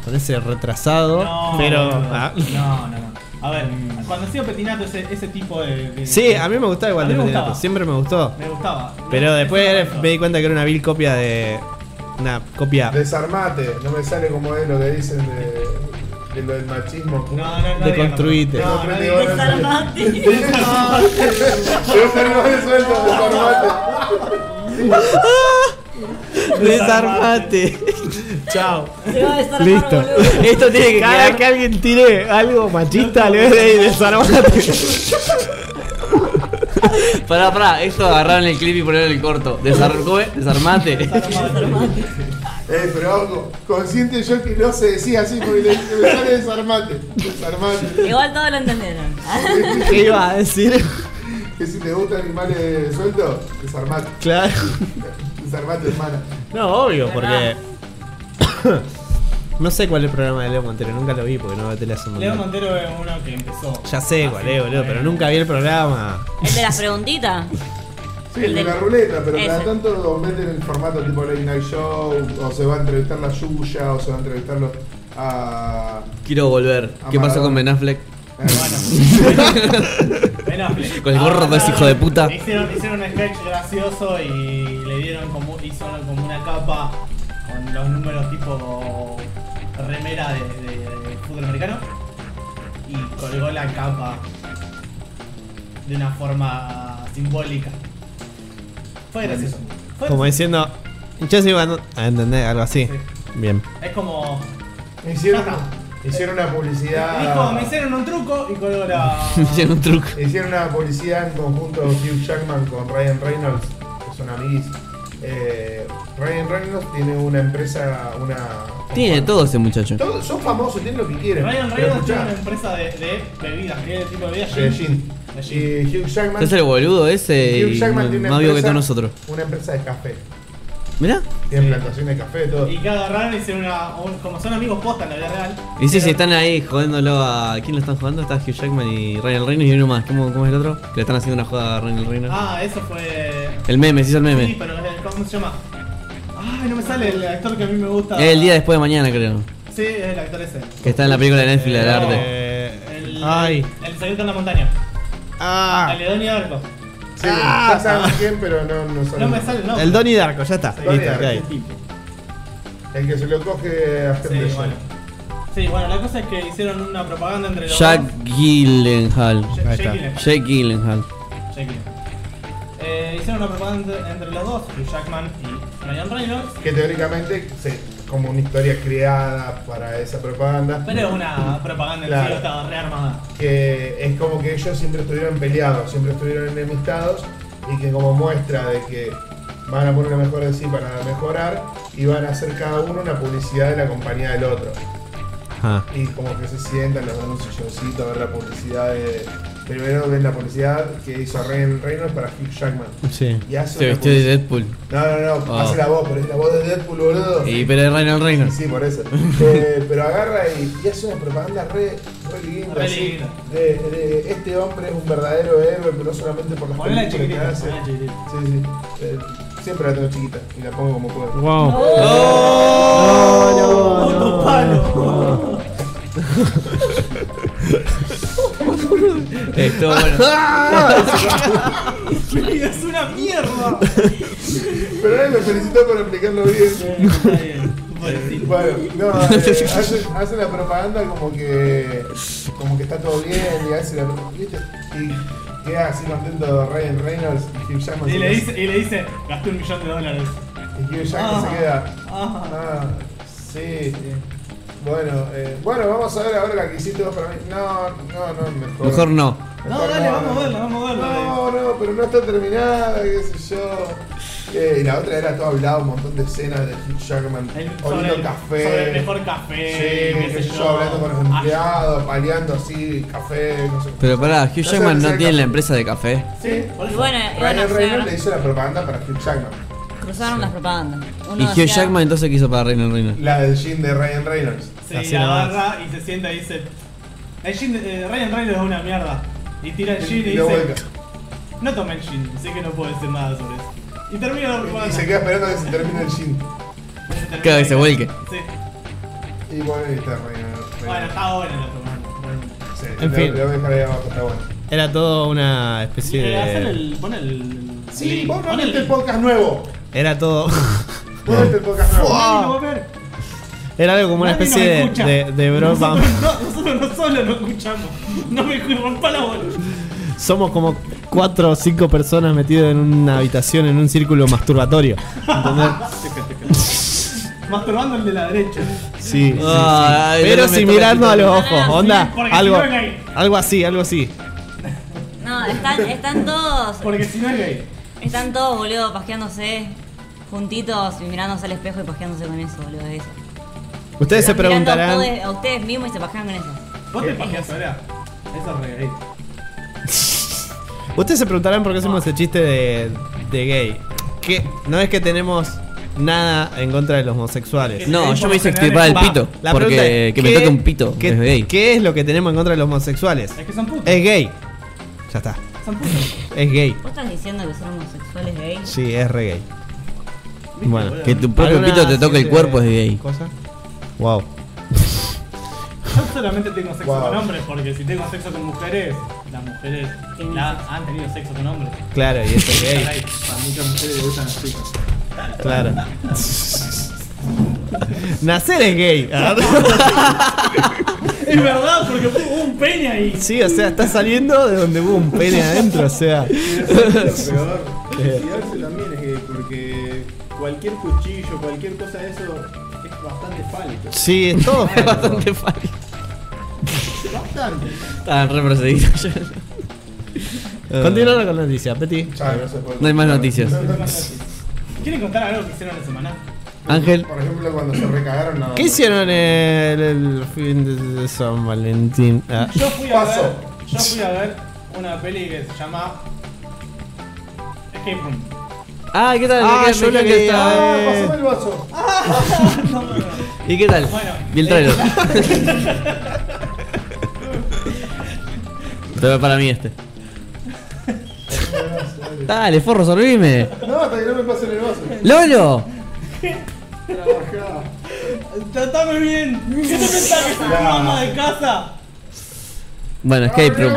Con ese retrasado.
No,
pero.
no,
ah.
no, no, no. A ver, cuando hacía Petinato ese, ese tipo de, de-
Sí, a mí me gustaba igual
A
de
mí me
Petinato.
gustaba.
Siempre me gustó.
me gustaba.
Pero
Ese
después
momento.
me di cuenta que era una vil copia de. Una copia.
Desarmate, no me sale como es lo que dicen de, de lo del machismo.
No, no, no.
De
digas,
construite.
No, no,
Yo
no
creo que
digas.
iba a ser-
Desarmate.
Yo soy más de suelto, desarmate.
Desarmate. Chao.
Se va a desarmar,
Listo.
boludo.
Esto tiene que Cada vez que alguien tire algo machista, le voy a decir desarmate.
Pará, pará, esto agarraron el clip y ponerlo en el corto. Desar- ¿cómo es? Desarmate.
Eh, pero ojo, consciente yo que no se decía así porque le, me sale desarmate. Desarmate.
Igual todos lo entendieron.
¿Qué iba a decir?
Que si te gustan animales sueltos, desarmate.
Claro.
Desarmate, hermana.
No, obvio, porque.
¿Verdad?
no sé cuál es el programa de Leo Montero, nunca lo vi porque no veo tele hace un
Leo
montón.
Montero es uno que empezó.
Ya sé cuál es, boludo, pero nunca vi el programa.
¿El de las preguntitas?
Sí, el de la ruleta, pero cada
Ese.
tanto meten el formato tipo Late Night Show, o se va a entrevistar la Yuya, o se va a entrevistarlo a.
Quiero volver. ¿Qué pasó con Ben Affleck?
Ben Affleck.
Con el gorro de ese hijo de puta.
Hicieron, hicieron un sketch gracioso y le dieron como, hizo como una capa con los números tipo remera de, de- de fútbol americano y colgó la capa de una forma simbólica. Fue gracioso. Fue
Como diciendo. Yo sí van a entender algo así. Bien.
Es como.
Me Hicieron, hicieron una publicidad.
Dijo, me hicieron un truco y colgó la.
Hicieron un truco.
Hicieron una publicidad en conjunto Hugh Jackman con Ryan Reynolds, que son amiguis. Eh, Ryan Reynolds tiene una empresa, una.
Tiene todo ese muchacho.
Todos son famosos, tienen lo que quieren.
Ryan
Pero
Reynolds tiene
escuchá,
una empresa de, de bebidas, que es el tipo de bebidas.
eh,
gin.
Gin.
De Gin.
Y Hugh Jackman.
Es el boludo ese
Hugh
y
Jackman tiene una
más vivo que
empresa-
todos nosotros.
Una empresa de café.
Mirá.
Tiene plantación de café, todo.
Y que agarraron y hicieron una. un- como son amigos posta en la vida real.
Y sí,
hicieron-
si están ahí jodiéndolo a. ¿Quién lo están jugando? Está Hugh Jackman y Ryan Reynolds y uno más. ¿Cómo, cómo es el otro? Que le están haciendo una jugada a Ryan Reynolds.
Ah, eso fue.
El meme, se hizo el
Sí,
meme.
pero eh, ¿cómo se llama? Ay, no me sale el actor que a mí me gusta.
Es el día después de mañana, creo.
Sí, es el actor ese.
Que está en la película de Netflix, el
Eh,
arte.
El,
Ay.
El secreto en la montaña.
Ah.
Aledonia Arco.
Sí, ya saben quién, pero no, no saben.
¡Ah! No me sale, no.
El Donnie Darko, ya está.
Donnie
Listo,
Darko.
ok.
El que se lo coge a gente.
Sí, bueno. Sí, bueno, la cosa es que hicieron una propaganda entre los.
Jack
dos.
Gyllenhaal.
Ja- Jake
Ahí está.
Gyllenhaal.
Jake Gyllenhaal.
Jake Gyllenhaal. Eh, hicieron una propaganda entre los dos, Hugh Jackman y Ryan Reynolds.
Que teóricamente, sí, como una historia creada para esa propaganda.
Pero es una propaganda en
Claro.
sí, estaba rearmada.
que es como que ellos siempre estuvieron peleados, siempre estuvieron enemistados y que como muestra de que van a poner una mejora de sí para mejorar y van a hacer cada uno una publicidad de la compañía del otro.
Ajá.
Y como que se sientan, los dan un silloncito a ver la publicidad de. Primero ven la publicidad que hizo Ryan Reynolds para Hugh Jackman.
Sí.
Y hace
Se
una
vistió de
publici-
Deadpool.
No, no, no,
Ah.
hace la voz, pero es la voz de Deadpool, boludo.
Y pero es Ryan Reynolds.
Sí, por eso. Eh, pero agarra y, y hace una propaganda re, re linda.
Re
así,
linda.
de- de este hombre es un verdadero héroe, pero no solamente por las
Ponela
películas que
chiquitita,
hace.
ponela
Sí,
chiquitita.
sí. Eh, siempre la tengo chiquita y la pongo como puedo.
Wow.
¡Oh! Autopalo.
Eh, estuvo bueno.
Es una mierda.
Pero él me felicitó por explicarlo bien.
Está bien. Pobrecito.
Bueno, no, eh, hace, hace la propaganda como que como que está todo bien y hace la propaganda y queda así contento Ryan Reynolds y Hugh Jackman
Y
se-
le dice, y le dice, gasté un millón de dólares.
y Hugh Jackman
Ah.
se queda
Ah.
Ah, sí. Bueno, eh, bueno, vamos a ver ahora la que hiciste vos para mí. No, no, no, mejor.
Mejor no.
No, dale, vamos a verla, vamos a verla.
No, no, pero no está terminada, qué sé yo. Eh, y la otra era todo hablado, un montón de escenas de Hugh Jackman
El- sobre
oliendo
el-
café.
sobre el mejor
Sí,
café, qué
qué sé yo, hablando con los
Ah,
empleados, paleando así, café, no sé.
Pero pará, Hugh
sé, no
Jackman no
sé,
tiene
capaz.
la empresa de café.
Sí.
por
Y
eso.
bueno, iban a
Ryan Reynolds le
hacer,
hizo la propaganda para Hugh Jackman.
cruzaron las propagandas. Uno
Y Hugh
hacía-
Jackman entonces quiso para Ryan Reynolds.
La del jean de Ryan Reynolds.
Sí,
Así
la
nomás.
agarra y se sienta y dice, el gin de- eh, Ryan Reynolds es una mierda. Y tira el gin y,
Y lo
dice,
vuelca.
no tomen gin, sé que no puedo decir nada sobre eso. Y termina
Y-
la
Y
propaganda.
se queda esperando que se termine el jean.
termina
Claro, que se
la-
vuelque.
Sí.
Y bueno, ahí está Ryan Reynolds.
Bueno, está buena la propaganda. realmente.
Sí,
En
lo-
fin.
lo voy a dejar ahí abajo, está bueno.
Era todo una especie
Eh, hacer
de.
el, pon el...
Sí,
el-
vos no
pon
viste el
el...
podcast nuevo.
Era todo.
Vos no viste el podcast nuevo.
Nadie lo va a ver.
Era algo como una
Nadie
especie
nos
de,
escucha.
de, de broma.
Nosotros no, nosotros no solo lo escuchamos. No me rompa la bola.
Somos como cuatro o cinco personas metidas en una habitación en un círculo masturbatorio. ¿Entendés?
Masturbando el de la derecha.
Sí. sí, sí.
Ah, ay,
Pero
no me
sin
toca
mirarnos a
el
los
pito.
ojos.
Ah,
Onda,
sí, porque si
algo,
no es gay.
algo así, algo así.
No, están, están todos.
Porque si no es gay.
Están todos, boludo, pajeándose juntitos y mirándose al espejo y pajeándose con eso, boludo, es eso.
Ustedes se
Están mirando
preguntarán.
A ustedes, a ustedes mismos y se pajean con eso.
Vos te pajeás ahora. Eso es re gay.
Ustedes se preguntarán por qué hacemos ese chiste de, de gay. Que no es que tenemos nada en contra de los homosexuales.
No, yo me hice
General,
extirpar el
Va,
pito.
la pregunta
Porque
es,
que me
¿qué-
toque un pito.
¿qué,
Es gay.
¿Qué es lo que tenemos en contra de los homosexuales?
Es que son putos.
Es gay. Ya está.
Son putos.
Es gay.
¿Vos estás diciendo que son homosexuales gay?
Sí, es re gay. Bueno.
Ah, Que tu propio
¿Alguna
pito te toque el
siete
cuerpo es gay.
cosa? Wow.
Yo solamente tengo sexo
Wow.
con hombres porque si tengo sexo con mujeres, las mujeres la- han tenido sexo con hombres.
Claro, y eso es gay.
Caray.
A muchas mujeres les gustan las chicas.
Claro. Nacer es gay.
Es verdad, porque hubo un pene ahí.
sí, o sea, está saliendo de donde hubo un pene adentro, o sea.
Lo peor, suicidarse también es gay, porque cualquier cuchillo, cualquier cosa de eso es bastante fálico.
Sí, es todo.
Bastante fácil.
Bastante.
Estaban re procedidos.
Continuando con la noticia, Peti.
Ya, no, sé por-
No hay más noticias.
¿Quieren contar algo que hicieron la semana?
Ángel.
Por ejemplo, cuando se recagaron. No,
¿Qué hicieron el, el fin de San Valentín? Ah,
Yo fui a
Paso.
ver. Yo fui a ver una peli que se llama. Escape Room.
Ah, ¿qué tal?
Ah,
¿Qué-
yo
qué-
la
qué
que-
tal?
ah.
Ah, pasame el vaso.
No, no, no.
¿Y qué tal?
Bueno,
Vi el
eh,
trailer. Te va para mí este. Dale, forro, sorbime.
No, hasta que no me pasen el vaso.
¡Lolo!
Tratame bien. ¿Qué te pensás que soy tu mamá de casa?
Bueno, escape room.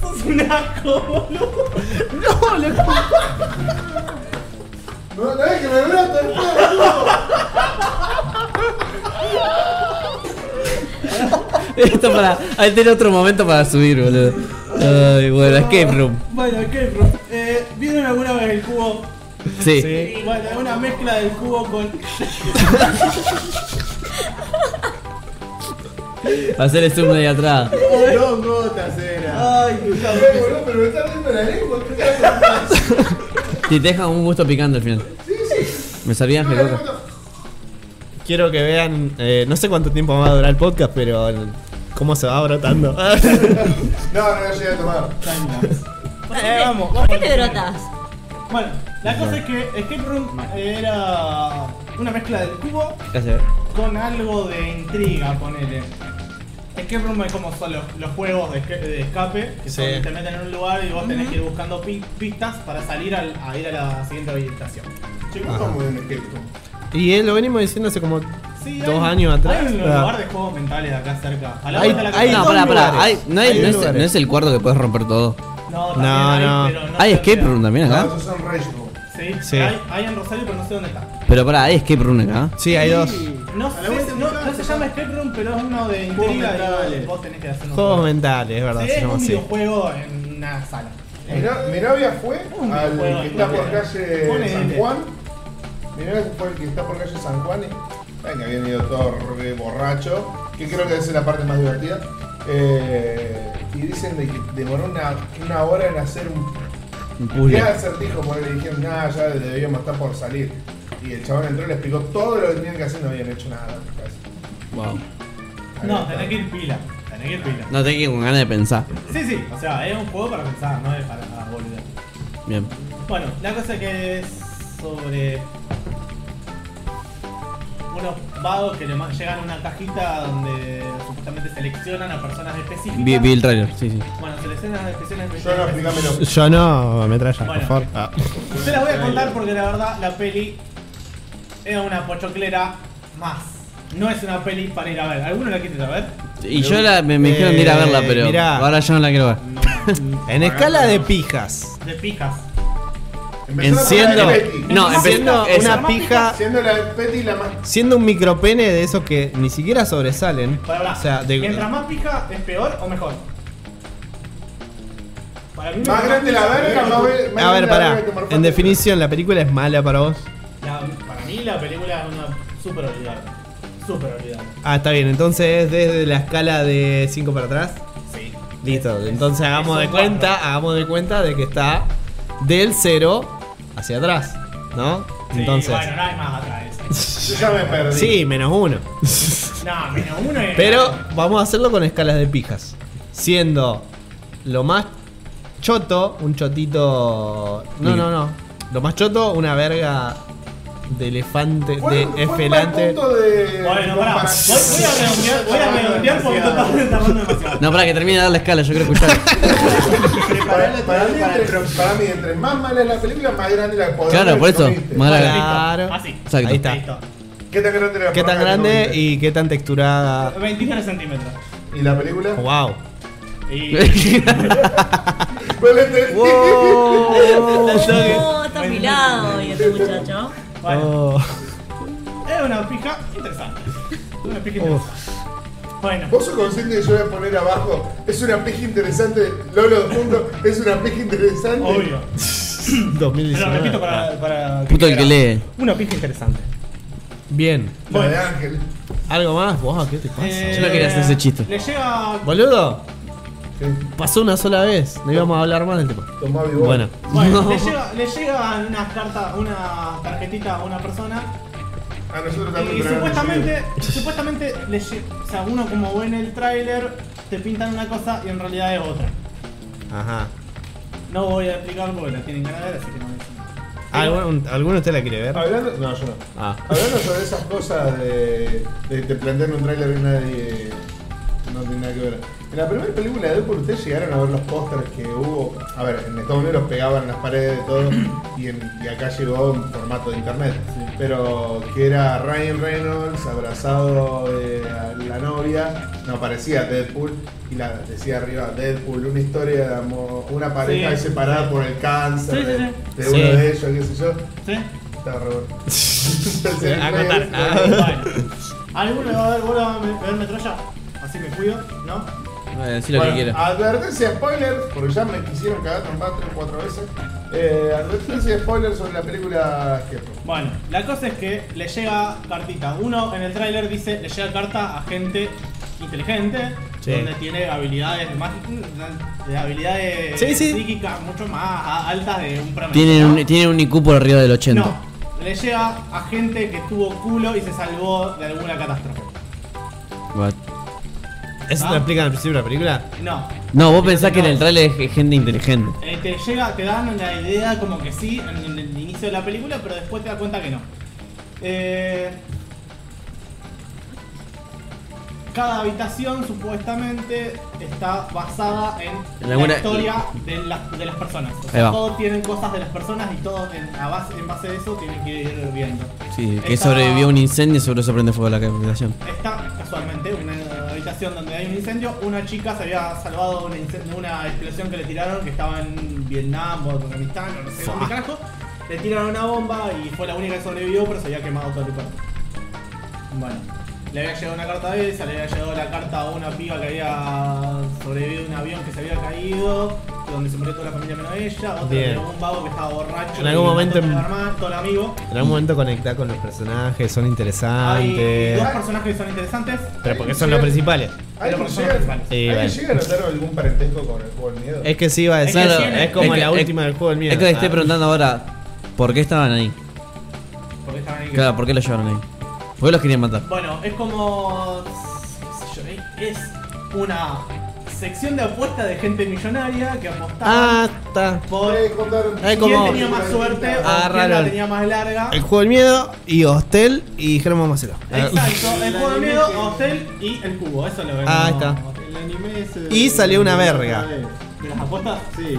Sos un asco, boludo.
No, no es que me brota el pelo.
Esto para. Ahí tiene otro momento para subir, boludo. Ay, bueno, escape room.
Bueno, Escape Room. Eh, ¿Vieron alguna vez el cubo?
Sí.
Bueno, es una mezcla del cubo con.
Hacer el zoom de ahí atrás.
Dos gotas era.
Ay, qué
Está bien, boludo, pero me está viendo la lengua. ¿qué tal?
Y te deja un gusto picante al final. Me sabían que loca.
Quiero que vean, eh, no sé cuánto tiempo va a durar el podcast, pero eh, cómo se va brotando.
No, no, yo llegué a tomar.
¿Por
Eh,
qué, te-
vamos,
¿por
vamos.
qué te brotas?
Bueno, la cosa es que Escape Room era una mezcla del cubo
Gracias.
con algo de intriga, ponele. Escape Room es como son los, los juegos de, esca- de escape, que son-
Sí.
te meten en un lugar y vos tenés que ir buscando pi- pistas para salir al- a ir a la siguiente habitación.
Che, ¿cómo estamos en escape room?
y eh, lo venimos diciendo hace como
Sí,
dos
hay-
años atrás.
Hay un
Ah.
lugar de juegos mentales de acá cerca. Al lado
Hay-
está la
hay-
No,
casa.
pará, pará.
lugares.
Hay- no, hay-
Hay
no es,
lugares.
no es el cuarto que puedes romper todo.
No,
No,
también
no.
Hay, pero no
Hay
sé
escape
dónde
room también
No,
acá.
esos son rage room.
Sí,
Sí.
Hay, hay en Rosario, pero no sé dónde está.
Pero pará, hay escape room acá.
Sí, hay dos.
No,
A la
sé,
vuelta de
no,
mi
no
casa.
se llama escape room, pero es uno de
Juegos
intriga y
mentales.
vos tenés que hacer un
Juegos
juego.
mentales, es verdad,
Sí,
se
es
llama
un
así.
videojuego en una sala.
Mi no- Mi novia fue
Un
al
juego
que
de
está por
papel.
calle
Ponele.
San Juan. Mi novia fue al que está por calle San Juan. y- ay, que habían ido todo re borracho. Que creo que esa es la parte más divertida. Eh, y dicen de que demoró una, una hora en hacer un
Un puzzle.
Ya acertijo, porque le dijeron, nada, ya debíamos estar por salir. Y el chabón entró y le explicó todo lo que tenían que hacer, no habían hecho nada. casi.
Wow.
No, tenés que ir pila. Tenés que ir pila.
No te quedes con ganas de pensar.
Sí, sí, o sea, es un juego para pensar, no es para volver.
Bien.
Bueno, la cosa que es sobre unos vagos que le ma- llegan a una cajita donde supuestamente seleccionan a personas específicas.
Vi, vi el trailer, sí, sí.
Bueno, seleccionan a personas
Yo no,
específicas.
explícamelo.
Yo no, metralla,
Bueno.
por favor. Ah.
Se las voy a contar porque la verdad la peli es una pochoclera más. No es una peli para ir a ver. ¿Alguno la quiere ir a ver?
Y yo la, me, me dijeron de ir a verla, pero
Eh, mirá.
ahora yo no la quiero ver.
En escala de pijas.
De pijas.
Empezó la
Enciendo.
de Petty.
No, empe-
siendo
esa.
una pija.
Siendo la de Petty la más.
Siendo un micropene de esos que ni siquiera sobresalen.
Para hablar.
O sea, de-
Mientras más pija, ¿es peor o mejor? Para mí
Más grande la verga, más ve- más grande
A ver,
la
pará.
verga que morfate.
En definición, la película es mala para vos.
La- para mí la película es una super olvidable. Super olvidable.
Ah, está bien. Entonces, desde la escala de 5 para atrás.
Sí.
Listo. Entonces, hagamos
es
de
un
cuenta,
cuatro.
hagamos de cuenta de que está del 0 hacia atrás, ¿no?
Sí,
Entonces,
Bueno, no hay más atrás.
Yo ya me perdí.
sí, menos uno.
No, menos uno es.
Pero vamos a hacerlo con escalas de pijas. Siendo lo más choto, un chotito. No, no, no. Lo más choto, una verga de elefante,
Fue-
de
fue un mal
esfelante.
punto de
Bueno, pará. Voy,
comparación.
voy a redondear, voy a redondear porque estamos tardando demasiado.
No, para que termine de dar la escala, yo quiero escuchar.
Para, para mí, entre, para mí, entre más mala es la película, más grande la podrá
Claro, por eso.
comiste.
Más grande.
Claro.
Así.
Exacto.
Ahí está.
Listo.
¿Qué tan grande la
Qué tan
poronga que
grande
comiste?
y qué tan texturada.
23 centímetros.
¿Y la película?
Wow.
Y.
¿Cuál es?
Oh, está afilado y este muchacho.
Bueno,
Oh.
es una pija interesante. Una pija
Uf.
interesante. Bueno,
¿Vos sos consciente que yo voy a poner abajo? Es una pija interesante, Lolo de Mundo, es una pija interesante.
obvio. Pero
2019.
repito para. para
Puto el que lee.
Una pija interesante.
Bien.
La de
Bueno.
Ángel.
¿Algo más? Wow, ¿qué te pasa?
Eh,
Yo no quería hacer ese chiste.
Le llega.
Boludo,
Sí,
pasó una sola vez. No íbamos a hablar más del tema.
tomá vivo.
Bueno.
Bueno, le llega, le llega una carta, una tarjetita a una persona
A nosotros también.
Y
pero ahora
supuestamente, supuestamente, le lle- o sea, uno como ve en el tráiler, te pintan una cosa y en realidad es otra.
Ajá.
No voy a explicar porque la tienen que ver, así que no voy a decir nada.
¿Algún- ¿Alguno de ustedes la quiere
no
ver?
llega. Hablando, no, yo no.
Ah.
Hablando sobre esas cosas de, de, de plantear un tráiler y nadie. No tiene nada que ver. En la primera película de Dupur, ustedes llegaron a ver los pósters que hubo. A ver, en Estados Unidos los pegaban en las paredes de todo y, en- y acá llegó en formato de internet. Pero que era Ryan Reynolds abrazado de la, la novia. No parecía Deadpool y la decía arriba Deadpool, una historia de amor, una pareja
Sí.
separada por el cáncer
Sí, sí,
de, de
Sí.
uno de ellos, qué sé yo.
¿Sí? este,
Está re bueno.
a contar. Ah,
Ah.
bueno. ¿Alguno le va a ver, vuelve a ver- ver metralla? Así me cuido, ¿no?
Bueno, decí lo
Bueno,
que quiera.
Advertencia de spoiler, porque ya me quisieron cagar trompadas tres o cuatro veces. Eh, advertencia de spoiler sobre la película Jefe.
Bueno, la cosa es que le llega cartita. Uno en el tráiler dice, le llega carta a gente inteligente,
Sí.
donde tiene habilidades más, de habilidades
Sí, sí.
psíquicas mucho más a- altas de un promedio.
Tienen
¿no?
un, tienen un IQ por arriba del 80.
No, le llega a gente que tuvo culo y se salvó de alguna catástrofe.
What?
¿Eso te
Ah.
lo explican al principio de la película?
No,
No, vos pensás que en el trailer es gente inteligente.
eh, te llega, te dan la idea como que sí en, en el inicio de la película, pero después te das cuenta que no. Eh, cada habitación supuestamente está basada en,
En alguna-
la historia de las, de las personas. O
Ahí
sea,
va.
todos tienen cosas de las personas y todos en, a base, en base de eso tienen que ir viendo.
Sí, que
Está-
sobrevivió a un incendio, seguro se prende fuego la habitación.
Está casualmente una habitación donde hay un incendio. Una chica se había salvado de un incen- de una explosión que le tiraron, que estaba en Vietnam o en Afganistán, o no sé dónde carajo. Le tiraron una bomba y fue la única que sobrevivió, pero se había quemado todo el cuerpo. Bueno, le había llegado una carta de esa, le había llegado la carta a una piba que había sobrevivido a un avión que se había caído, donde se murió toda la familia menos ella. Otra
Bien.
le llegó un vago que estaba borracho.
En
y
algún
mató
momento
a todo
en-
el hermano, todo el amigo.
En algún momento conectás con los personajes, son
Hay
interesantes.
dos personajes que son interesantes.
Pero porque son los principales.
¿Alguien
personas
llega,
principales.
Sí,
¿alguien
bueno.
llega a notar algún parentesco con el juego del miedo?
Es que sí iba a
Es que
decir, es,
tiene-
como
es que-
la
es-
última del juego del miedo.
Es que le estoy
Ah.
preguntando ahora, ¿por qué estaban ahí?
Porque estaban ahí.
Claro, ¿por qué los llevaron ahí? ¿Por qué los querían matar?
Bueno, es como. qué sé yo, Es una sección de apuesta de gente millonaria que apostaba
Ah, está.
por
Eh, contar-
Hay
quién
como- Ah.
tenía más suerte o quién la
Agarraron.
tenía más larga.
El juego del miedo y Hostel y Germán Macero. Ah,
Exacto, el
La
juego de
anime
miedo,
que-
hostel y el cubo, eso lo vemos.
Ah, ahí está.
El anime es, eh,
Y salió una verga.
De las apuestas.
Sí.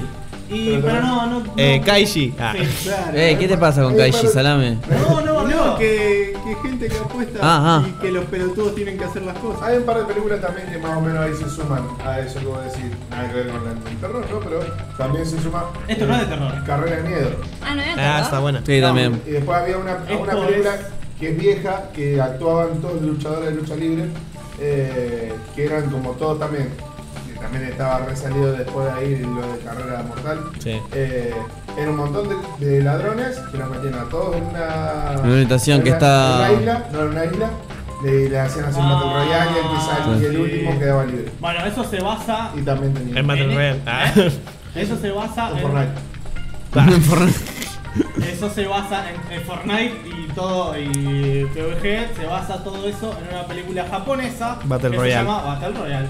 Y, pero, no, no. no.
Eh, Kaiji. Ah.
Sí.
Claro.
Eh, ¿qué te pasa con
Eh,
Kaiji?
para-
Salame.
No, no,
No,
no.
que, que gente que apuesta
Ah, ah.
y que los pelotudos tienen que hacer las cosas.
Hay un par de películas también que más o menos ahí se suman a eso que vos decís. Nada que ver con la- el terror, ¿no? Pero también se suma
Esto no es de terror.
Carrera de Miedo.
Ah, no era
Ah, está buena.
Sí, también.
Y después había una, una
Esto
película
es-
que es vieja, que actuaban todos luchadores de lucha libre, eh, que eran como todos también, que también estaba resalido después de ahí lo de carrera mortal.
Sí.
Eh, era un montón de, de ladrones que los metían a todos en una.
En una habitación
en
que
una-
está-
en una isla, no en una isla, le, le hacían hacer un
Ah,
Battle Royale y el, que sal- y el
sí.
último quedaba libre.
Bueno, eso se basa.
Y también
Es
tenía.
Battle
en-
Royale. Ah.
¿eh? Eso se basa
con
en.
Fortnite.
Eso se basa en, en Fortnite y todo, y PvG, se basa todo eso en una película japonesa
Battle
que se
Royale.
llama Battle Royale.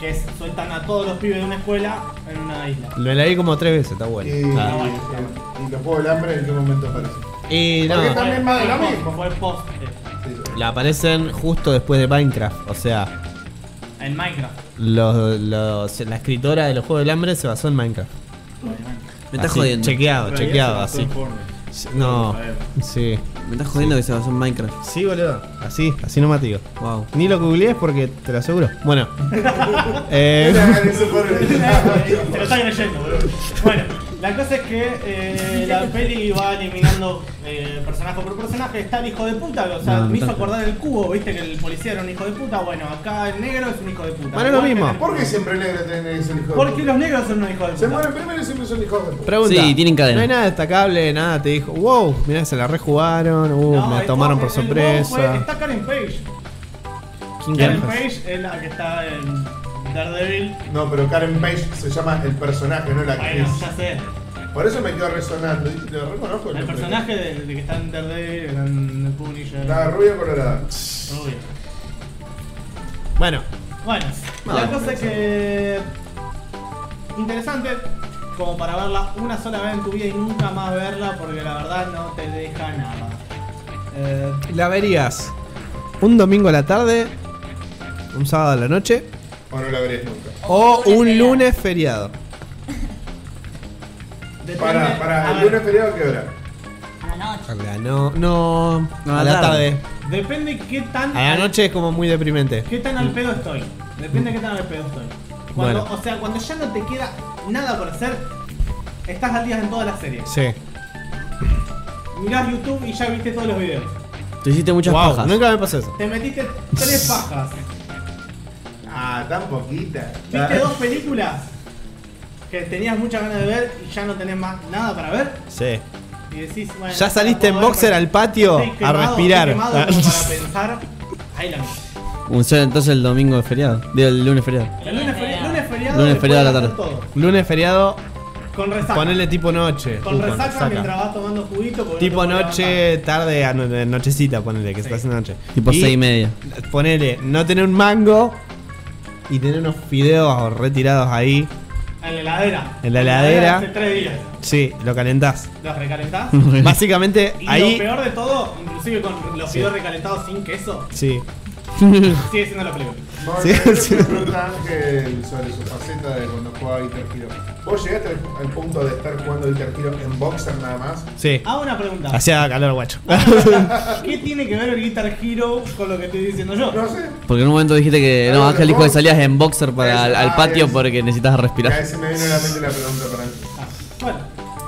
Que es, sueltan a todos los pibes de una escuela en una isla.
Lo la vi como tres veces, está Ah.
Y,
bueno.
y- y los juegos del hambre en qué momento aparecen.
Y
¿Por qué
no,
También más de lo
Fue-
mismo.
Fue post eh,
Sí, sí.
la aparecen justo después de Minecraft. O sea,
en Minecraft.
los, los- la escritora de los Juegos del Hambre se basó en Minecraft.
obviamente.
Me estás
Así,
jodiendo.
Chequeado,
En realidad
chequeado,
se
así.
basó en Fortnite.
No,
Rafael.
sí.
Me estás jodiendo que se basó en Minecraft.
Sí, boludo. Así, así no matigo.
Wow.
Ni lo googlees porque te lo aseguro. Bueno. eh,
Eso fue
Se lo está creyendo, boludo. Bueno, la cosa es que eh, la peli va eliminando eh, personaje por personaje. Está el hijo de puta, o sea,
No,
me hizo
no.
acordar el cubo, viste que el policía era un hijo de puta. Bueno, acá el negro es un hijo de puta.
Bueno, es lo
Igual que
mismo.
en el-
¿Por qué siempre negro tiene ese hijo de
Porque
puta?
los negros son unos hijos de puta.
Se mueren primero y siempre son hijos de puta.
pregunta.
Sí, tienen cadena.
No hay nada destacable, nada. Te dijo, wow, mirá, se la rejugaron. Uh,
No,
me
el-
tomaron
el-
por
el juego fue-
sorpresa.
Está Karen Page.
¿Quién
Karen
carajo es?
Page es la que está en Daredevil.
No, pero Karen Page se llama el personaje, no la actriz.
Bueno, ya sé.
Por eso me quedó resonando. y Lo reconozco.
El
nombre.
personaje de, de que está en Daredevil, en el Punisher.
La rubia colorada.
Rubio.
Bueno,
Bueno, la cosa es que. Interesante, como para verla una sola vez en tu vida y nunca más verla, porque la verdad no te deja nada. Eh,
la verías un domingo a la tarde, un sábado a la noche
O no la verías nunca.
o
lunes
un
feriado.
lunes feriado.
depende-
Para, para,
a
el
ver,
lunes feriado, ¿qué hora?
A la noche.
A la No, no, a la tarde.
Depende qué tan.
A la noche es como muy deprimente.
¿Qué tan al pedo estoy? Depende de qué tan al pedo estoy. Cuando,
Mm. Bueno.
O sea, cuando ya no te queda nada por hacer, estás al día en todas las series.
Sí.
Mirás YouTube y ya viste todos los videos.
Te hiciste muchas
Wow,
pajas.
nunca me pasó eso.
Te metiste tres pajas.
Ah, tan poquita.
Viste dos películas que tenías muchas ganas de ver y ya no tenés más nada para ver.
Sí.
Y decís, bueno,
Ya saliste en
puedo ver
boxer
porque
al patio
estoy
a respirar.
estoy quemado como para pensar. Ahí la misma.
Un- ya Entonces el domingo es feriado. Digo, el lunes es feriado.
El lunes, feri- lunes feriado.
Lunes
le
feriado a la
pueden hacer
tarde.
todo.
Lunes feriado,
Con resaca.
ponele tipo noche.
con
Uh,
resaca,
resaca.
mientras vas tomando juguito. porque no
Tipo
te podés levantar.
noche, tarde, a no- nochecita, ponele, que se está haciendo noche.
Tipo seis y media.
Ponele, no tener un mango y tener unos fideos retirados ahí.
En la heladera.
En la heladera.
Hace tres días.
Sí, lo calentás.
Los recalentás.
Básicamente,
Y lo
ahí.
peor de todo, inclusive con los
Sí.
fideos recalentados sin queso,
Sí.
sigue siendo la película.
Sí, sí.
Me pregunta Ángel sobre su faceta de cuando jugaba Guitar Hero. ¿Vos llegaste al, al punto de estar jugando Guitar Hero en boxer nada más?
Sí.
Hago una pregunta.
Hacía calor, guacho.
¿Qué tiene que ver el Guitar Hero con lo que estoy diciendo yo?
No sé.
Porque en un momento dijiste que. No,
Claro,
Ángel
los
dijo que
box-
salías en boxer para al, al
Ah,
patio
es-
porque necesitas
A
respirar.
veces me vino a la mente la pregunta para él.
Ah, bueno,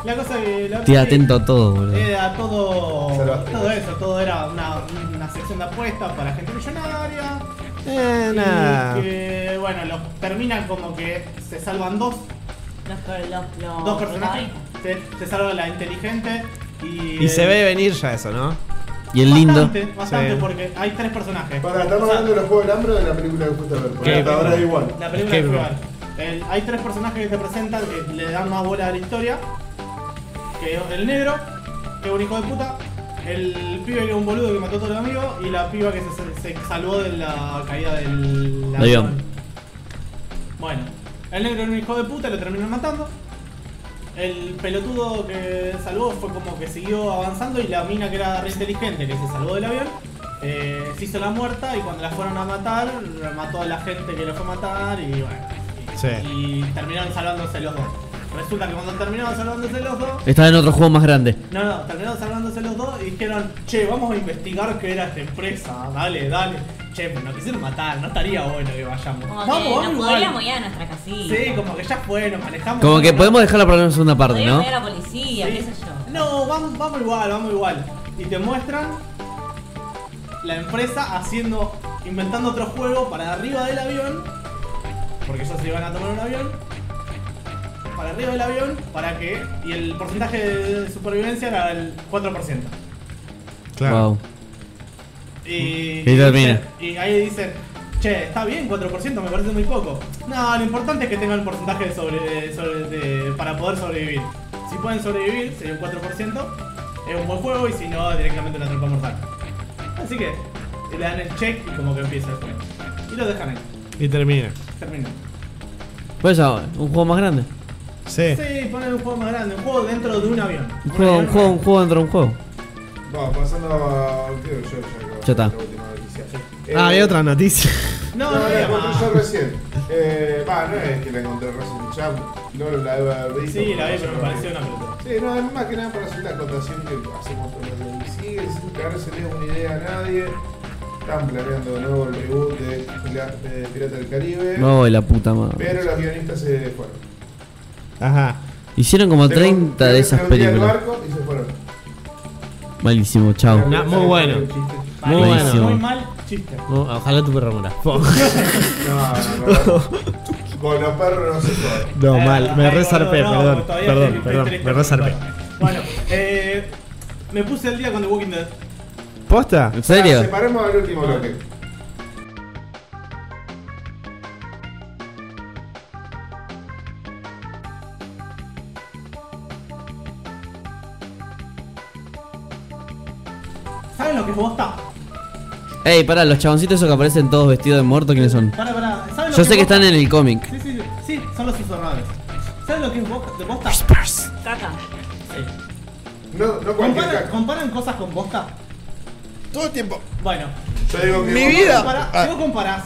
la cosa que... La
Estoy
otra que-
atento a todo, boludo.
Era todo,
Salvaste.
todo eso, todo era una, una sección de apuestas para gente millonaria.
Eh,
y
nada.
que, bueno, los, termina como que se salvan dos,
Los, los, los,
dos personajes. Se, se salva la inteligente y.
Y se
el-
ve venir ya eso, ¿no?
Y el lindo.
Bastante, bastante
Sí.
porque hay tres personajes.
Para, estamos hablando de los juegos del hambre o de la película que fuiste a ver. Porque
¿Qué?
hasta ahora es igual.
La película
Escape
de
Room.
Festival. El- hay tres personajes que te presentan que le dan más bola a la historia. Que es el negro, que es un hijo de puta, el pibe que es un boludo que mató a todos los amigos y la piba que se, se salvó de la caída del
Del avión.
Bueno, el negro era un hijo de puta, lo terminó matando. El pelotudo que salvó fue como que siguió avanzando y la mina que era re inteligente, que se salvó del avión, eh, se hizo la muerta y cuando la fueron a matar, mató a la gente que la fue a matar y bueno. y-
Sí.
Y terminaron salvándose los dos. Resulta que cuando terminaron salvándose los dos,
Estás en otro juego más grande.
no, no, terminaron salvándose los dos y dijeron, che, vamos a investigar qué era esta empresa, dale, dale. Che, pero nos quisieron matar, no estaría bueno que vayamos.
Como
vamos,
que
vamos
nos
igual.
podríamos ir a nuestra casita.
Sí, como que ya fue, nos manejamos.
Como que
¿no?
podemos dejarla para una segunda parte,
Podríamos
¿no?
ir a la policía,
Sí.
qué sé yo.
No, vamos, vamos igual, vamos igual. Y te muestran la empresa haciendo, inventando otro juego para arriba del avión, porque ellos se iban a tomar un avión, para arriba del avión, para que, y el porcentaje de supervivencia era el 4%.
Claro.
Wow.
Y,
Y termina.
Y ahí dicen, che, está bien, 4%, me parece muy poco. No, lo importante es que tengan el porcentaje de sobre, de- sobre- de- para poder sobrevivir. Si pueden sobrevivir, sería un 4%, es un buen juego y si no, directamente una trampa mortal. Así que le dan el check y como que empieza el juego. Y lo dejan ahí,
Y termina.
termina.
Por eso, un juego más grande.
Sí.
Sí, ponen un juego más grande, un juego dentro de un avión.
Un juego, un
avión-
juego, un juego dentro de un juego.
Bueno, pasando a. Creo que yo ya acabo
Ya está.
la última noticia. Eh,
Ah, hay otra noticia.
No,
No,
no,
no, la
había
encontré
más.
yo recién. Eh, Va, no es que la encontré recién. Ya no la había visto.
Sí, la vi, pero me pareció una pelota.
Sí, no, es más que nada para hacer la acotación que hacemos todos los días. Y sigue sin caerse una idea a nadie. Están planeando de nuevo el reboot de Pila- de Pirata del Caribe.
No, la puta madre.
Pero los guionistas se fueron.
Ajá.
Hicieron como
Se
30
con-
de esas
se hundía el
películas.
barco y se fueron.
Malísimo, chao.
No, muy
Se
bueno.
fue el chiste.
Vale,
Muy bueno.
Muy mal chiste.
No, ojalá tu perro muera.
No, no, no. Con los perros no se fueron.
No,
Eh,
mal. Me
ay,
resarpé,
gordo, no,
perdón.
todavía
Perdón,
estoy-
perdón.
estoy triste,
Me resarpé.
perdón. Bueno, eh, me puse el día con The Walking Dead.
¿Posta?
¿En
Ah,
serio?
Separemos al último bloque.
¿Saben lo que es bosta?
Ey, pará, los chaboncitos esos que aparecen todos vestidos de muerto, ¿quiénes son?
Pará, pará. ¿Saben lo
Yo sé que
es bosta?
están en el cómic.
Sí, sí, sí, son los susurradores. ¿Saben lo que es bosta? de bosta?
Caca.
Sí.
No, no cualquier
¿Comparan,
caca.
comparan cosas con bosta?
Todo el tiempo.
Bueno,
Yo digo que
Mi
vos-
vida.
compará-
Ah.
si vos comparás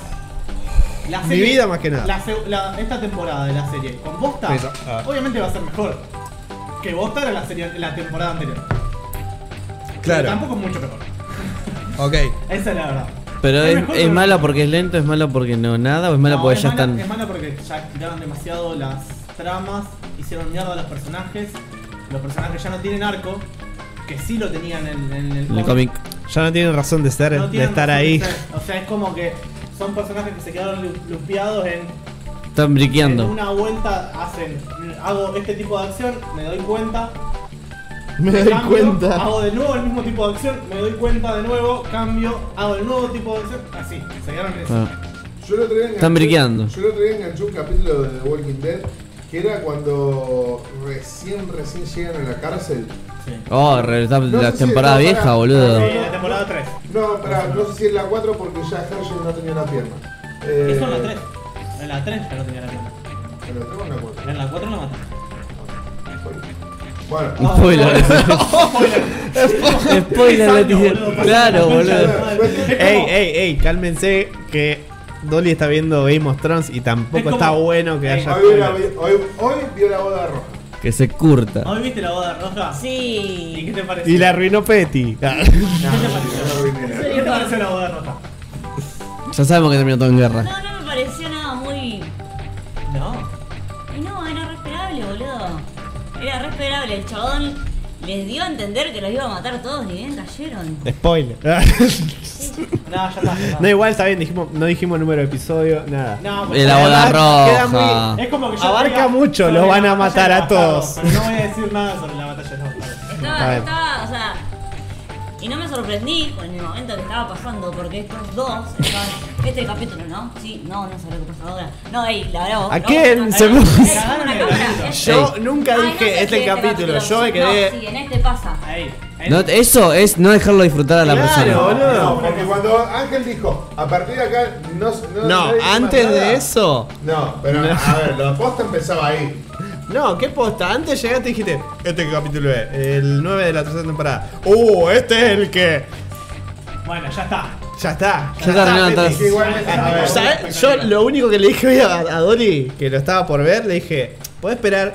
la
Mi vida más que nada.
la se- la- esta temporada de la serie con bosta,
Eso, ah.
obviamente va a ser mejor. Que bosta era la, serie, la temporada anterior. Pero
Claro.
tampoco es mucho mejor.
Ok.
Esa es la verdad.
Pero es,
mejor,
es
pero-
mala porque es lento, es mala porque no nada, o es mala
No,
porque
es
ya
mala-
están.
Es mala porque ya tiraron demasiado las tramas, hicieron mierda a los personajes. Los personajes ya no tienen arco, que sí lo tenían en, en el
En el cómic.
Ya no tienen razón de estar,
No
de
tienen
estar
razón de
ahí.
ser. O sea, es como que son personajes que se quedaron lu- lupeados en,
Están
en
briqueando.
una vuelta. Hacen, hago este tipo de acción, me doy cuenta,
Me doy cuenta.
Hago de nuevo el mismo tipo de acción, me doy cuenta de nuevo, cambio, hago el nuevo tipo de acción, así, se quedaron en eso.
Ah.
Yo el otro día
Están
enganché-
briqueando.
Yo el otro día enganché un capítulo de The Walking Dead que era cuando recién, recién llegan a la cárcel.
Oh, re- está-
No sé
la
si
temporada
estaba-
vieja,
pará.
boludo.
Ah,
Sí, Eh, la temporada 3.
No, pará, no sé si es la 4 porque ya Herschel no tenía una pierna. Eh,
Eso en la 3. En la 3 ya no tenía la pierna.
¿en la 3 o en la 4?
En la 4 la mata.
Bueno.
Un spoiler. spoiler,
Tres años,
Leticia.
boludo, para
Claro,
la concha de la
boludo.
madre. Es como-
Ey, ey, ey, cálmense que Dolly está viendo Game of Thrones y tampoco
Es como-
está bueno que
Ey,
haya.
Hoy, vi la- hoy, hoy vi la boda roja.
Que se curta.
¿Hoy viste la boda roja? ¿Y qué
Sí.
te pareció?
Y la arruinó Petty.
¿Qué te pareció la boda roja?
Ya sabemos que terminó todo en guerra.
No, no me pareció nada muy.
No.
Y no, era re esperable, boludo. Era re esperable. El chabón les dio a entender que los iba a matar todos, ni bien cayeron.
Spoiler.
No, ya está. ya está.
No, igual está bien, dijimos, no dijimos número de episodio, nada.
No, porque
De Eh, la boda
Queda
roja.
Es como que yo
Abarca
diga
mucho,
sobre
los
la
van a
batalla
matar
de
a
bastardos,
todos.
Pero no voy a decir nada sobre la batalla de los bastardos.
Está
Estaba,
bien.
estaba, o sea. Y no me sorprendí con el momento que estaba pasando, porque estos dos estaban. Este capítulo, ¿no? Sí, no, no sé lo que pasa ahora. No, ey, la bravo.
Aquel
no,
se
no,
puso-
ey, pongo una cámara, es-
Yo
Ey.
nunca
Ay,
dije
no sé si
este
en
capítulo, yo me
sí,
quedé.
No, sí, en este pasa.
Ahí. ahí.
No, eso es no dejarlo disfrutar a la
Claro,
persona.
boludo.
No, porque cuando Ángel dijo, a partir de acá no. No,
No,
nadie más
antes
nada.
de eso.
No, pero a ver, la posta empezaba ahí.
No, qué posta. Antes llegaste y dijiste, este capítulo es el 9 de la tercera temporada. Uh, este es el que.
Bueno, ya está.
Ya está.
Ya terminaron
Petty.
todas.
Que igualmente. A ver,
¿Sabes? Yo lo único que le dije hoy a, a Dolly, que lo estaba por ver, le dije, ¿podés esperar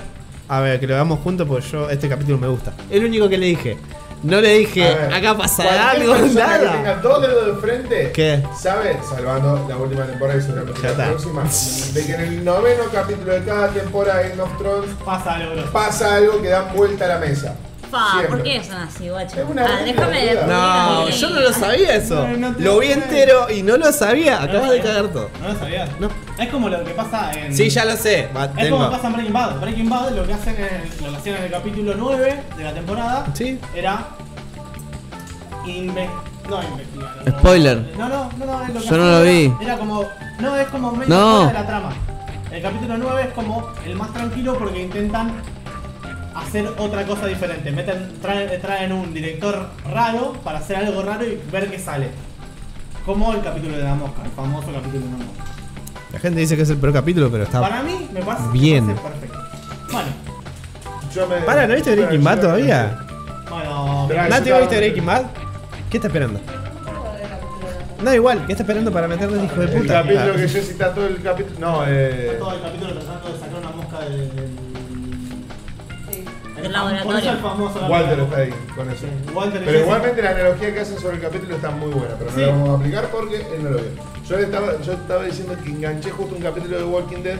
a ver que lo veamos juntos? Porque yo este capítulo me gusta. El único que le dije. No le dije,
a ver,
acá pasará
cualquier
algo,
persona Que tenga
nada.
dos dedos de frente.
¿Qué?
¿Sabe? Salvando la última temporada y seguramente
Ya
la
está.
próxima. De que en el noveno capítulo de cada temporada de Game of Thrones
Pasa algo, bro.
pasa algo que dan vuelta a la mesa.
Fa,
Siempre.
¿por qué son así, guacho?
Es una
Ah, déjame
boluda.
No, yo no lo sabía eso.
No, no te
Lo vi
lo sabía.
entero y no lo
No
sabía.
lo
Acabas de
sabía.
cagar todo.
No lo sabías.
No.
Es como lo que pasa en.
Sí, ya lo sé. Va,
Es como
tengo.
pasa en Breaking Bad. Breaking Bad lo que hacen en- lo que hacían en el capítulo 9 de la temporada
Sí.
era inve- no investigar. no,
Spoiler.
No, no, no, no, es lo que
Yo no
hacían
lo
era-
vi.
Era como no, es como medio
No.
fuera de la trama. El capítulo 9 es como el más tranquilo porque intentan hacer otra cosa diferente. Meten traen, eh, traen un director raro para hacer algo raro y ver qué sale. Como el capítulo de la mosca, el famoso capítulo de la mosca.
La gente dice que es el peor capítulo, pero
Ah,
está.
Para mí me parece,
Bien.
me parece perfecto. Bueno,
Yo me-
Para, ¿no viste Breaking Bad
yo-
todavía?
bueno,
Pero-
Nati, ¿vos viste Breaking Bad? ¿Qué está esperando? No, igual, ¿qué está esperando para meterle el hijo de
El
puta?
capítulo que yo cita todo el capítulo. No, eh.
todo el capítulo tratando de sacar una mosca del.
Del
el
laboratorio.
Por eso el famoso
Walter está ahí con eso.
Sí, Walter y
Pero
Jesse.
igualmente la analogía que hacen sobre el capítulo está muy buena, pero no
Sí.
la vamos a aplicar porque él no lo vio. Yo, le estaba, yo estaba diciendo que enganché justo un capítulo de Walking Dead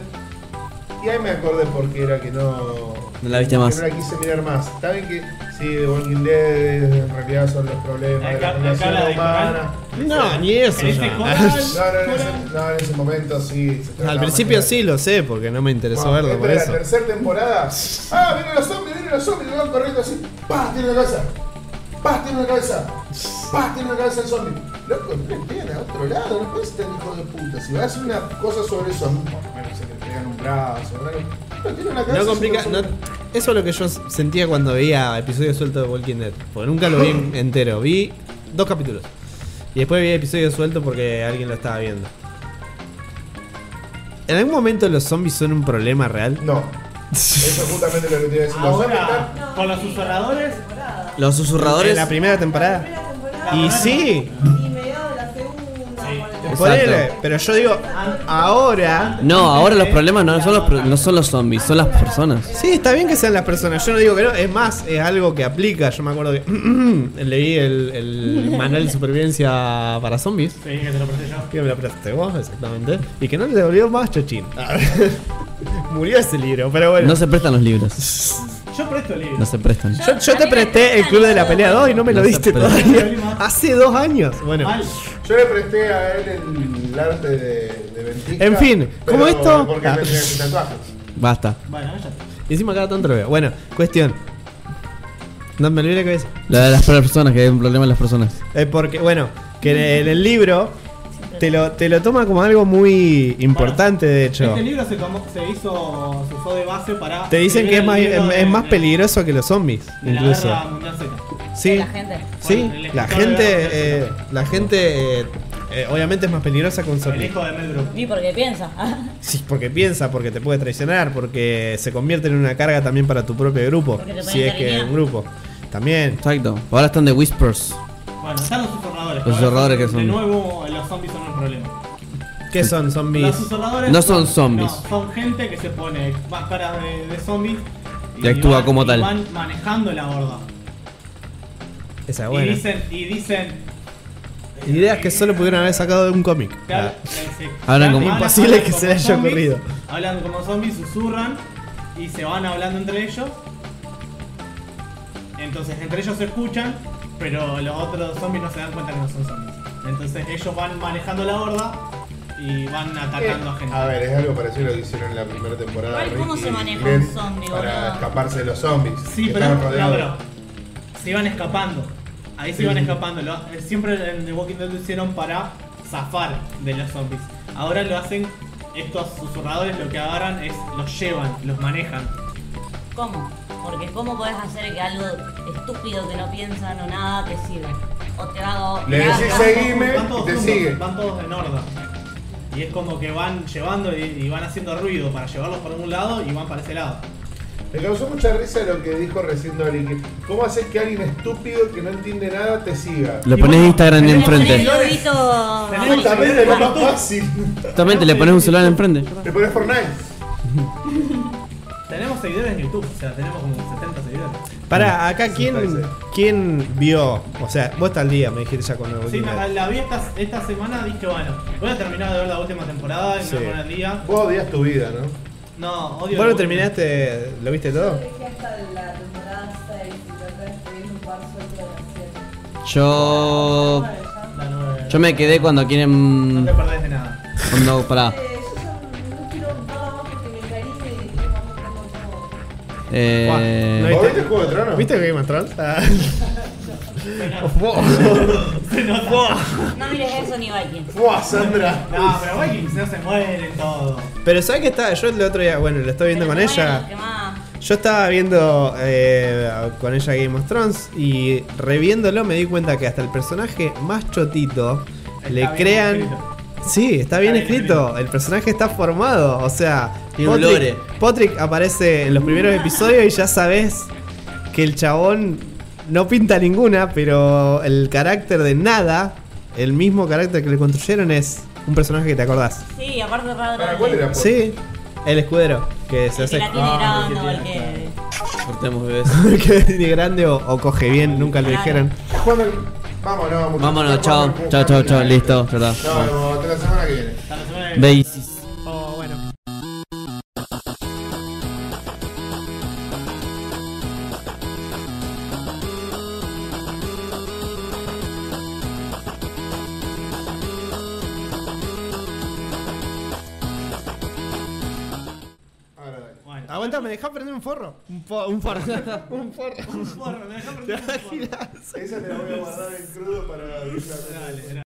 y ahí me acordé por qué era que no.
No la viste
que
más.
No la quise mirar más. Está bien que sí, The Walking Dead en realidad son los problemas de
Acá-
la
acá
relación
la de
humana.
No, ni eso.
¿Querés que
ya.
jodan?
No, no, en ese, no, en ese momento sí. se trataba
Al principio
más que-
sí lo sé, porque no me interesó
Bueno,
verlo
esta
por
es
eso.
la tercera temporada. Ah, vienen los zombies, vienen los zombies, van corriendo así. ¡Pah! Tiene una cabeza. ¡Pah! Tiene una cabeza. ¡Pah! Tiene una cabeza el zombie. Loco, no le pegan a otro lado, no puedes ser tan hijo de puta. Si vas a hacer una cosa sobre zombies, por lo menos se le pegan un brazo, ¿no? No tiene una cabeza.
No complica.
sobre
no-
zombies.
eso es lo que yo s- sentía cuando veía episodios sueltos de Walking Dead. Porque nunca lo vi entero. Vi dos capítulos. Y después vi episodios sueltos porque alguien lo estaba viendo. ¿En algún momento los zombies son un problema real?
No. Eso es justamente lo que te iba a decir. Los zombies están-
Ahora, con los susurradores,
Los
¿En
susurradores.
la primera temporada? Y sí. Ponele,
Exacto.
pero yo digo, ahora.
No, ahora los problemas no son los, pro- no son los zombies, son las personas.
Sí, está bien que sean las personas. Yo no digo que no, es más, es algo que aplica. Yo me acuerdo que leí el, el manual de supervivencia para zombies.
sí, que te lo presté yo.
Que me lo prestaste vos, exactamente. Y que no le devolvió más Chochín. Murió ese libro, pero bueno.
No se prestan los libros.
Yo presto el libro.
No se prestan.
yo, yo te presté el club de la pelea 2 y no me lo
No se
diste
presta.
todavía. Hace dos años. Bueno.
Mal.
Yo le presté a él el, el arte de, de Ventisca,
En fin,
pero
como esto-
Porque
Ah.
me tiene tatuajes.
Basta.
Bueno, ya está.
Y encima cada tanto lo veo. Bueno, cuestión. No me olvidé la cabeza.
La de las personas, que hay un problema en las personas.
Es porque, bueno, que en el, libro te lo, te lo toma como algo muy importante, de hecho.
Este libro se, tomó- se hizo, se usó de base para.
Te dicen que es
escribir
más,
el libro
es
de-
más peligroso que los zombies,
de la
incluso.
guerra mundial Z.
Sí,
gente.
sí,
Bueno, el
la
escritor
gente,
de la guerra
eh, la gente eh, eh, obviamente es más peligrosa que un
El
zombie.
hijo de Mel Brooks.
Ni porque piensa.
Sí, porque piensa, porque te puede traicionar, porque se convierte en una carga también para tu propio grupo,
Porque te pueden
si es que
encariñar.
es un grupo. También.
Exacto. Ahora están de Whispers.
Bueno, están los susurradores.
Los susurradores que
De
son-
nuevo, los zombies son un problema.
¿Qué son zombies?
Los susurradores
No son zombies.
no, son gente que se pone máscaras de, de zombies
Y actúa
van-
como tal.
Van manejando la horda.
Esa es
Y
buena.
dicen, y dicen.
Ideas que solo pudieron haber sacado de un cómic.
te hab- eh, sí.
Hablan como-
Imposible
hablan
que
como
se le haya
zombies,
ocurrido.
Hablan como zombies, susurran y se van hablando entre ellos. Entonces entre ellos se escuchan, pero los otros zombies no se dan cuenta que no son zombies. Entonces ellos van manejando la horda y van atacando a gente.
Eh, A ver, es algo parecido a lo que hicieron en la primera temporada.
Igual, ¿cómo
Rick
se
y
maneja
Glenn
un zombie,
Para
boludo?
escaparse de los zombies.
Sí,
que
pero,
estaban
no,
rodeados.
pero se iban escapando. Ahí se
Sí,
iban
sí.
escapando. Lo- eh, siempre en The Walking Dead lo hicieron para zafar de los zombies. Ahora lo hacen estos susurradores, lo que agarran es los llevan, los manejan.
¿Cómo? Porque ¿cómo podés hacer que algo estúpido que no piensan o nada te sirva? O te hago...
Le
te hago
decís,
caso.
"Seguime", y te
juntos,
sigue.
van todos en horda. Y es como que van llevando y, y van haciendo ruido para llevarlos por un lado y van para ese lado.
Me causó mucha risa lo que dijo recién Dori. que ¿Cómo haces que alguien estúpido que no entiende nada te siga?
Le
Y
pones
bueno,
Instagram
tenemos
El
enfrente.
globito
Tenemos-
amarillo.
Justamente es lo más fácil.
Exactamente, le pones un celular enfrente.
Le pones Fortnite.
Tenemos seguidores en YouTube, o sea, tenemos como 70 seguidores.
Para acá, ¿quién,
parece.
¿quién vio? O sea, vos estás al día, me dijiste ya cuando
Sí,
volví.
la, la vi esta, esta semana, dije, bueno, voy a terminar de ver la última temporada y
Sí.
me voy a poner al día.
Vos odias tu vida, ¿no?
No, odio.
¿Vos lo
el-
terminaste? ¿Lo viste todo?
hasta la temporada 6 y traté de escribir un par solo de las siete.
Yo.
La nueve.
Yo me quedé cuando
No
quieren.
te perdés de nada.
Cuando. Pará.
Eh, yo ya no quiero nada más porque me cariño y quiero más otra cosa.
Eh.
¿Vos viste el Juego de Tronos?
¿Viste Game of Thrones? Ah.
No mires eso ni Vikings.
Buah, Sandra.
No, pero Vikings no se muere todo.
Pero ¿sabes qué estaba? Yo el otro día, bueno, lo estoy viendo
Pero
con
bueno,
ella.
¿qué más?
Yo estaba viendo eh, con ella Game of Thrones y reviéndolo me di cuenta que hasta el personaje más chotito
Está
le
bien
crean...
escrito.
Sí, está bien
bien
escrito. El personaje está formado. O sea,
Tiene un lore.
Potrick aparece en los primeros episodios y ya sabes que el chabón no pinta ninguna, pero el carácter de nada, el mismo carácter que le construyeron es un personaje que te acordás.
Sí, aparte raro.
¿Para cuál era?
Sí, el escudero que se
El que
hace.
la tiene
Ah,
grabando,
el que
el
tiene,
que...
Cortemos, bebés.
que tiene grande o, o coge bien, nunca lo
Claro.
dijeron.
Está jugando el- Vámonos, muchachos.
Vámonos,
Está
chao.
jugando el-
Chao, chao, chao. Listo, ya está.
Nos vemos hasta la semana que viene.
Hasta la semana que viene.
Basis.
Oh, bueno.
Ahora dale.
Bueno.
Aguanta, ¿me dejás prender un forro? Un, fo- un forro. un forro.
Porro, me dejá prender un porro.
Esa te la voy a guardar en crudo para...
Dale, dale.